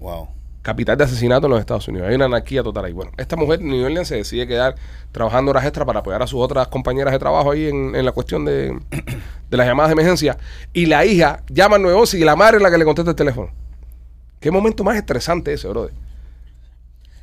Wow. Capital de asesinato en los Estados Unidos. Hay una anarquía total ahí. Bueno, esta mujer en New Orleans se decide quedar trabajando horas extra para apoyar a sus otras compañeras de trabajo ahí en, en la cuestión de, de las llamadas de emergencia. Y la hija llama al 911 y la madre es la que le contesta el teléfono. Qué momento más estresante ese, brother.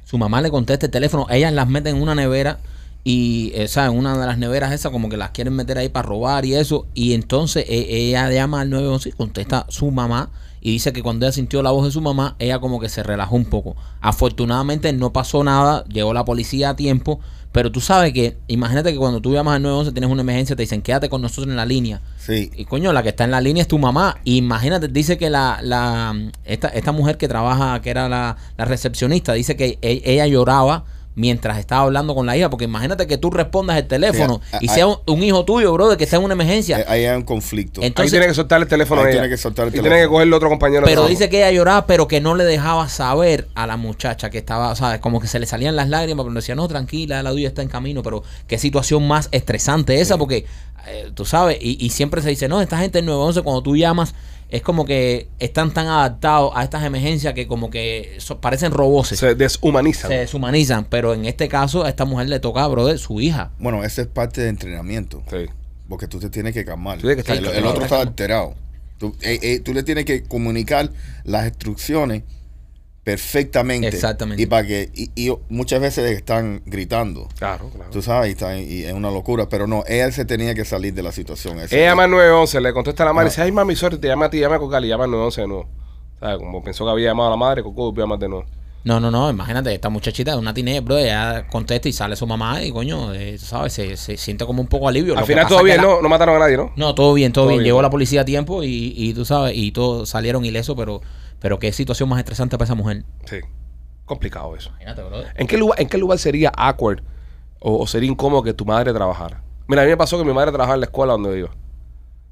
Su mamá le contesta el teléfono, ellas las meten en una nevera y, eh, ¿sabes? Una de las neveras esas como que las quieren meter ahí para robar y eso. Y entonces eh, ella llama al 911 y contesta su mamá y dice que cuando ella sintió la voz de su mamá, ella como que se relajó un poco. Afortunadamente no pasó nada, llegó la policía a tiempo, pero tú sabes que, imagínate que cuando tú llamas al 911 tienes una emergencia, te dicen quédate con nosotros en la línea. Sí. Y coño, la que está en la línea es tu mamá. Y imagínate, dice que la, la esta, esta mujer que trabaja, que era la, la recepcionista, dice que e- ella lloraba mientras estaba hablando con la hija. Porque imagínate que tú respondas el teléfono Sí, a- y a- sea un, un hijo tuyo, brother, que está en una emergencia. Eh, Ahí hay un conflicto. En- ahí Entonces- tiene que soltar el teléfono Ahí a ella. tiene que soltar el Y tiene que teléfono. coger el otro compañero. de pero trabajo. dice que ella lloraba, pero que no le dejaba saber a la muchacha que estaba, o sea, como que se le salían las lágrimas, pero le decía, no, tranquila, la duda está en camino, pero qué situación más estresante esa, porque eh, tú sabes, y, y siempre se dice, no, esta gente del 911, cuando tú llamas, es como que están tan adaptados a estas emergencias que como que so- parecen robots, se, se deshumaniza. ¿no? deshumanizan, pero en este caso a esta mujer le toca, brother, su hija. Bueno, esa es parte de entrenamiento. Sí. Porque tú te tienes que calmar. Tú tienes que estar el, calmado. el otro está alterado. Tú, eh, eh, tú le tienes que comunicar las instrucciones perfectamente. Exactamente. Y para que y, y muchas veces están gritando. Claro, claro. Tú sabes, y, está- y es una locura, pero no, él se tenía que salir de la situación. esa. Ella llama al 911, le contesta a la Ah. madre, dice, ay mami, sorry, te llama a ti, llama a Cocal y llama al 911 de nuevo. ¿Sabes? Como pensó que había llamado a la madre, Coco volvió a llamar de nuevo. No, no, no, imagínate, esta muchachita es una teenager, bro, ella contesta y sale su mamá y coño, eh, tú ¿sabes? Se, se siente como un poco alivio. Al Lo que final pasa todo es que bien, la- no, no mataron a nadie, ¿no? No, todo bien, todo, Todo bien. bien. Llegó la policía a tiempo y, y tú sabes, y todos salieron ilesos, pero, pero qué situación más estresante para esa mujer. Sí. Complicado eso. Imagínate, brother. ¿En qué lugar, en qué lugar sería awkward o, o sería incómodo que tu madre trabajara? Mira, a mí me pasó que mi madre trabajaba en la escuela donde yo iba.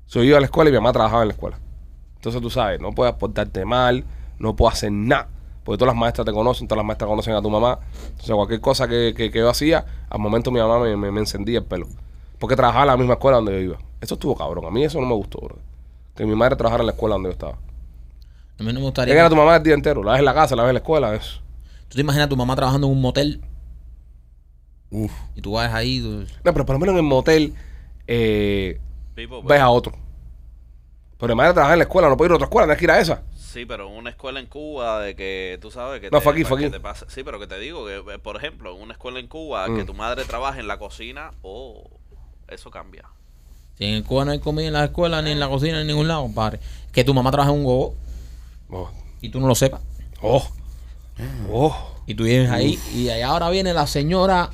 So, yo iba a la escuela y mi mamá trabajaba en la escuela. Entonces tú sabes, no puedes portarte mal, no puedes hacer nada. Porque todas las maestras te conocen, todas las maestras conocen a tu mamá. Entonces cualquier cosa que, que- que yo hacía, al momento mi mamá me, me- me encendía el pelo. Porque trabajaba en la misma escuela donde yo iba. Eso estuvo cabrón. A mí eso no me gustó, bro. Que mi madre trabajara en la escuela donde yo estaba. A mí no me ¿Qué gustaría. era tu mamá el día entero? La ves en la casa, la ves en la escuela, eso. ¿Tú te imaginas a tu mamá trabajando en un motel Uf. y tú vas ahí? tú- No, pero por lo menos en el motel eh, Pipo, ves a otro. Pero mi madre trabaja en la escuela, no puede ir a otra escuela, no hay que ir a esa. Sí, pero en una escuela en Cuba de que tú sabes que No, fue aquí, pa- fue que aquí. te pasa- Sí, pero que te digo que eh, por ejemplo, en una escuela en Cuba Mm. que tu madre trabaje en la cocina, oh, eso cambia. Si en Cuba no hay comida en la escuela, ni en la cocina, ni en ningún lado, compadre. Que tu mamá trabaja en un gogo Oh, y tú no lo sepas. oh, oh. Y tú vienes ahí y ahí ahora viene la señora,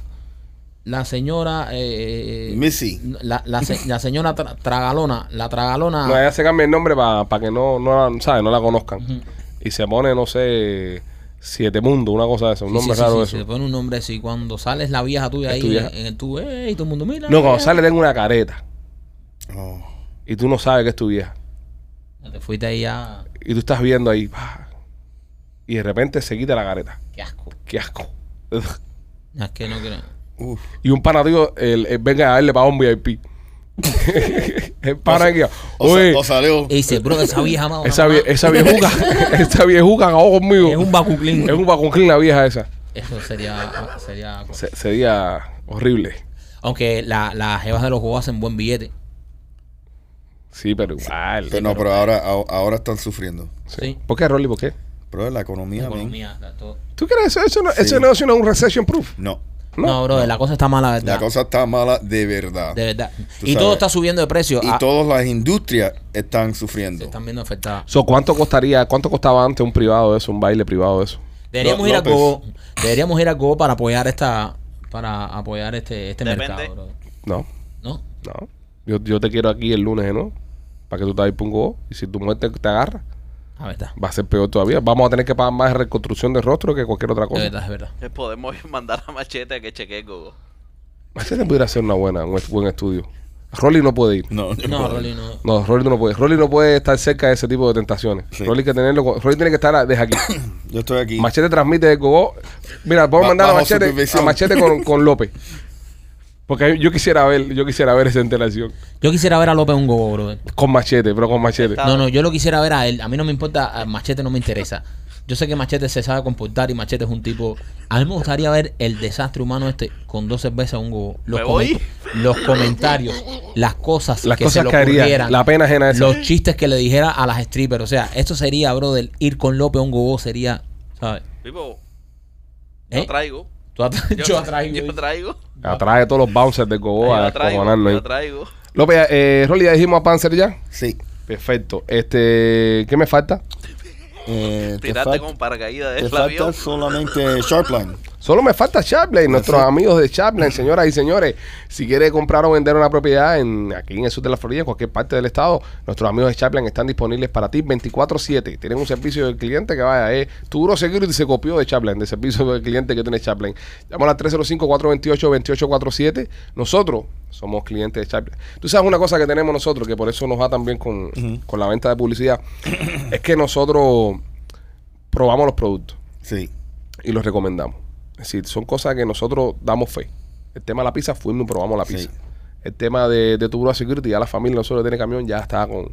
la señora, eh, eh, Missy. la, la se- la señora tra- tragalona, la tragalona. No, ella se cambia el nombre para que no, no, la- ¿sabes? no la conozcan. Y se pone, no sé, Siete Mundo, una cosa de eso, un Sí, nombre sí, sí, raro sí, de se eso. pone un nombre así. Cuando sales la vieja tuya Es ahí tu vieja. en el tubo, y todo el mundo mira. No, la cuando vieja". sale tengo una careta Oh. y tú no sabes que es tu vieja. Te fuiste ahí ya. Y tú estás viendo ahí, pa, y de repente se quita la careta. Qué asco. ¡Qué asco! Es que no creo. Uf. y un pana tuyo el, el venga a darle para un VIP. el pana que O, oye, sa- o salió. Y dice, bro, esa vieja, mano. esa, vie- esa viejuca, esa viejuca acabó conmigo. Es un vacuclín. Es un vacunclín la vieja esa. Eso sería. sería Se- sería horrible. Aunque la- las jevas de los juegos hacen buen billete. Sí, pero igual. Pero no, pero ahora, a- ahora están sufriendo. Sí. ¿Por qué, Rolly? ¿Por qué? Pero la economía, La men. economía, la- todo. ¿Tú crees eso? Eso no, ese negocio no es un recession proof. No. No, No, bro, la cosa está mala, ¿verdad? La cosa está mala de verdad. De verdad. Tú y sabes. todo está subiendo de precio. y Ah, todas las industrias están se sufriendo. están viendo afectadas. So, ¿Cuánto costaría, cuánto costaba antes un privado de eso, un baile privado de eso? Deberíamos Lo- ir a pues. López. Go. Deberíamos ir a Go para apoyar esta. Para apoyar este, este Depende. mercado, bro. No, ¿No? no. Yo, yo te quiero aquí el lunes, ¿no? Para que tú te vayas pa' un go. Y si tu mujer te, te agarra, A verdad. va a ser peor todavía. Vamos a tener que pagar más reconstrucción de rostro que cualquier otra Es cosa. verdad, es verdad. Eh, Podemos mandar a Machete a que chequee Google. Machete pudiera hacer una buena, un est- buen estudio. Rolly no puede ir. No, no, No, puedo. Rolly, no. No, Rolly no puede. Rolly no puede estar cerca de ese tipo de tentaciones. Sí. Rolly, que tenerlo, con- Rolly tiene que estar a- desde aquí. Yo estoy aquí. Machete transmite de Cogó. Mira, vamos a Ba- mandar a bajo Machete, a supervisión. Machete con, con López. Porque yo quisiera ver, yo quisiera ver esa interacción Yo quisiera ver a López un gogo, brother. con Machete, pero con Machete. Está- No, no, yo lo quisiera ver a él. A mí no me importa, a Machete no me interesa. Yo sé que Machete se sabe comportar y Machete es un tipo. A mí me gustaría ver el desastre humano este con dos cervezas un gogo. Los, ¿Me voy? los comentarios, las cosas Las que cosas se le que haría, ocurrieran, la pena ajena esa. los chistes que le dijera a las strippers. O sea, esto sería, brother, ir con López a un gogo sería, ¿sabes? Pipo, ¿Eh? yo traigo. Tú atra- yo, atraigo. Yo traigo. Atrae a todos los bouncers de Cogó Yo a traigo. cojonarnos Yo ahí. traigo. López, eh, Rolly, ya dijimos a Panzer ya. Sí. Perfecto. Este, ¿qué me falta? Eh, te Tirarte fal- con paracaídas te del falta avión. solamente Sharpline. Solo me falta Chaplin, nuestros amigos de Chaplin, señoras y señores. Si quiere comprar o vender una propiedad en, aquí en el sur de la Florida, en cualquier parte del estado, nuestros amigos de Chaplin están disponibles para ti 24-7. Tienen un servicio del cliente que vaya, eh. Turo Security se copió de Chaplin, del servicio del cliente que tiene Chaplin. Llámala al 305-428-2847. Nosotros somos clientes de Chaplin. Tú sabes una cosa que tenemos nosotros, que por eso nos va tan bien con, con la venta de publicidad, es que nosotros probamos los productos Sí. y los recomendamos. Es decir, son cosas que nosotros damos fe. El tema de la pizza, fuimos y probamos la Sí. pizza. el tema de, de Tuburos Security, ya la familia no solo tiene camión, ya está con,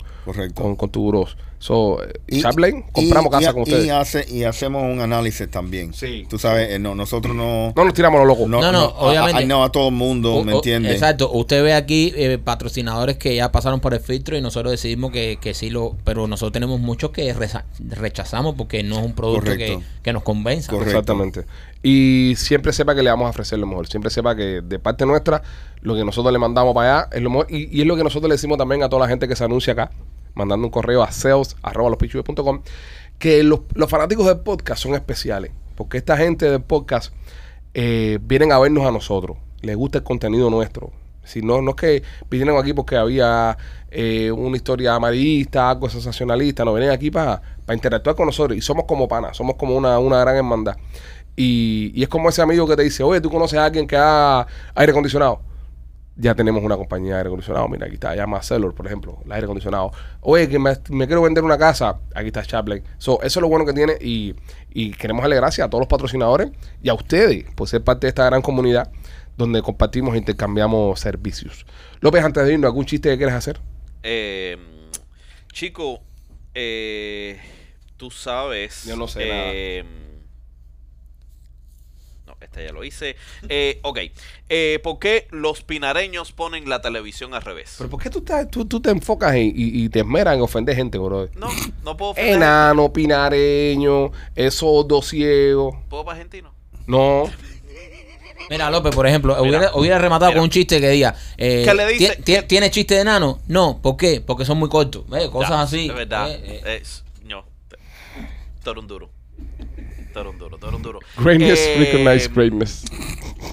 con, con Tuburos. So, eh, Chaplain, compramos y- casa con y ustedes. hace- y hacemos un análisis también. Sí. Tú sabes, eh, no, nosotros no. No nos tiramos los locos. No, No, no, no, obviamente. A, a- no a todo el mundo, O- ¿me o- entiendes? Exacto. Usted ve aquí eh, patrocinadores que ya pasaron por el filtro y nosotros decidimos que, que sí lo... Pero nosotros tenemos muchos que reza- rechazamos porque no es un producto que, Correcto. que nos convenza. Exactamente. Y siempre sepa que le vamos a ofrecer lo mejor. Siempre sepa que de parte nuestra, lo que nosotros le mandamos para allá es lo mejor. Y, y es lo que nosotros le decimos también a toda la gente que se anuncia acá, mandando un correo a sales.com, que los, los fanáticos del podcast son especiales. Porque esta gente del podcast eh, vienen a vernos a nosotros. Les gusta el contenido nuestro. Si no, no es que vinieron aquí porque había eh, una historia amarillista, algo sensacionalista. No, vienen aquí para interactuar con nosotros. Y somos como panas, somos como una, una gran hermandad. Y, y es como ese amigo que te dice, oye, ¿tú conoces a alguien que haga aire acondicionado? Ya tenemos una compañía de aire acondicionado. Mira, aquí está, llama Cellular, por ejemplo, el aire acondicionado. Oye, que me, me quiero vender una casa. Aquí está Chaplin. So, eso es lo bueno que tiene y, y queremos darle gracias a todos los patrocinadores y a ustedes por ser parte de esta gran comunidad donde compartimos e intercambiamos servicios. López, antes de irnos, ¿algún chiste que quieres hacer? Eh, chico, eh, tú sabes. Yo no sé eh, No, este ya lo hice. Eh, ok. Eh, ¿Por qué los pinareños ponen la televisión al revés? ¿Pero por qué tú, estás- tú, tú te enfocas en- y, y te esmeras en ofender gente, bro? No, no puedo Eh, ofender. Enano, pinareño, esos dos ciegos. ¿Puedo para argentino? No. Mira, López, por ejemplo, hubiera, hubiera rematado con un chiste que diga... eh, ¿Qué le dice? "Tie- tie- ¿Tiene chiste de enano? No. ¿Por qué? Porque son muy cortos. Eh, cosas Ya, así. Es verdad. Eh, eh, Es- no. Tú eres un duro. Tú eres un duro, tú eres un duro. Greatness, Eh, recognize greatness.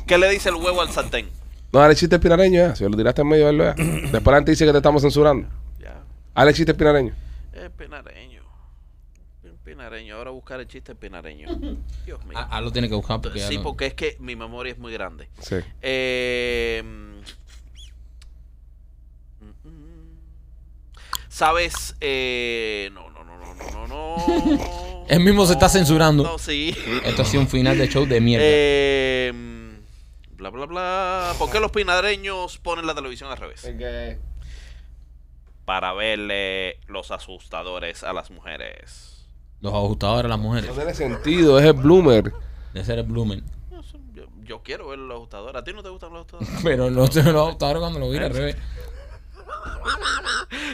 ¿Qué le dice el huevo al sartén? No, dale chiste pinareño ya. Si lo tiraste en medio, verlo ya. Después la gente dice que te estamos censurando. Ya. Dale chiste pinareño. Es pinareño. Un pinareño. Ahora buscar el chiste pinareño. Dios mío. Ah, ah, lo tiene que buscar porque ya Sí, no- porque es que mi memoria es muy grande. Sí. Eh, mm, mm, mm. ¿Sabes? Eh, no, no, no, no, no, no, no. Él mismo se está censurando. No, sí. Esto ha sido un final de show de mierda. Eh, mm, bla, bla, bla. ¿Por qué los pinareños ponen la televisión al revés? Para verle los asustadores a las mujeres. Los ajustadores a las mujeres. No tiene sentido, es el bloomer. De ser el Blumen. Yo, yo quiero ver los ajustadores. ¿A ti no te gustan los ajustadores? Pero los, los ajustadores cuando lo vi eh, al revés.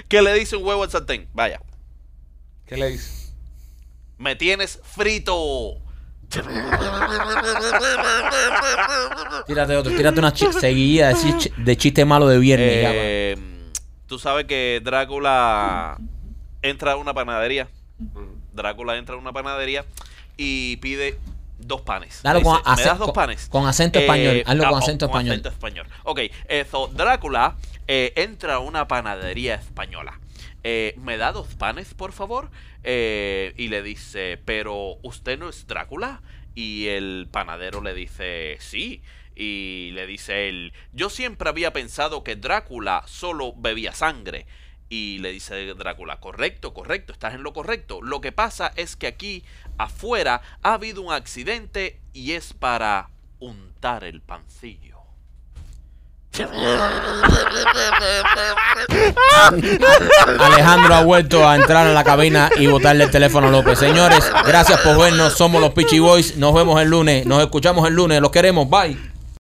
¿Qué le dice un huevo al sartén? Vaya. ¿Qué le dice? Me tienes frito. Tírate otro, tírate una chi- seguida de, chis- de chiste malo de viernes. ya, va. Eh, Tú sabes que Drácula entra a una panadería. Drácula entra a una panadería y pide dos panes. Dalo Le con dice, ¿Me acen- das dos con- panes? con acento español. Hazlo con ah, oh, acento español. acento español. Ok, eh, so, Drácula eh, entra a una panadería española. Eh, ¿Me da dos panes, por favor? Eh, y le dice, pero usted no es Drácula. Y el panadero le dice, sí. Y le dice él, yo siempre había pensado que Drácula solo bebía sangre. Y le dice Drácula, correcto, correcto, estás en lo correcto. Lo que pasa es que aquí afuera ha habido un accidente y es para untar el pancillo. Alejandro ha vuelto a entrar a la cabina y botarle el teléfono a López. Señores, gracias por vernos. Somos los Pichi Boys. Nos vemos el lunes. Nos escuchamos el lunes. Los queremos. Bye.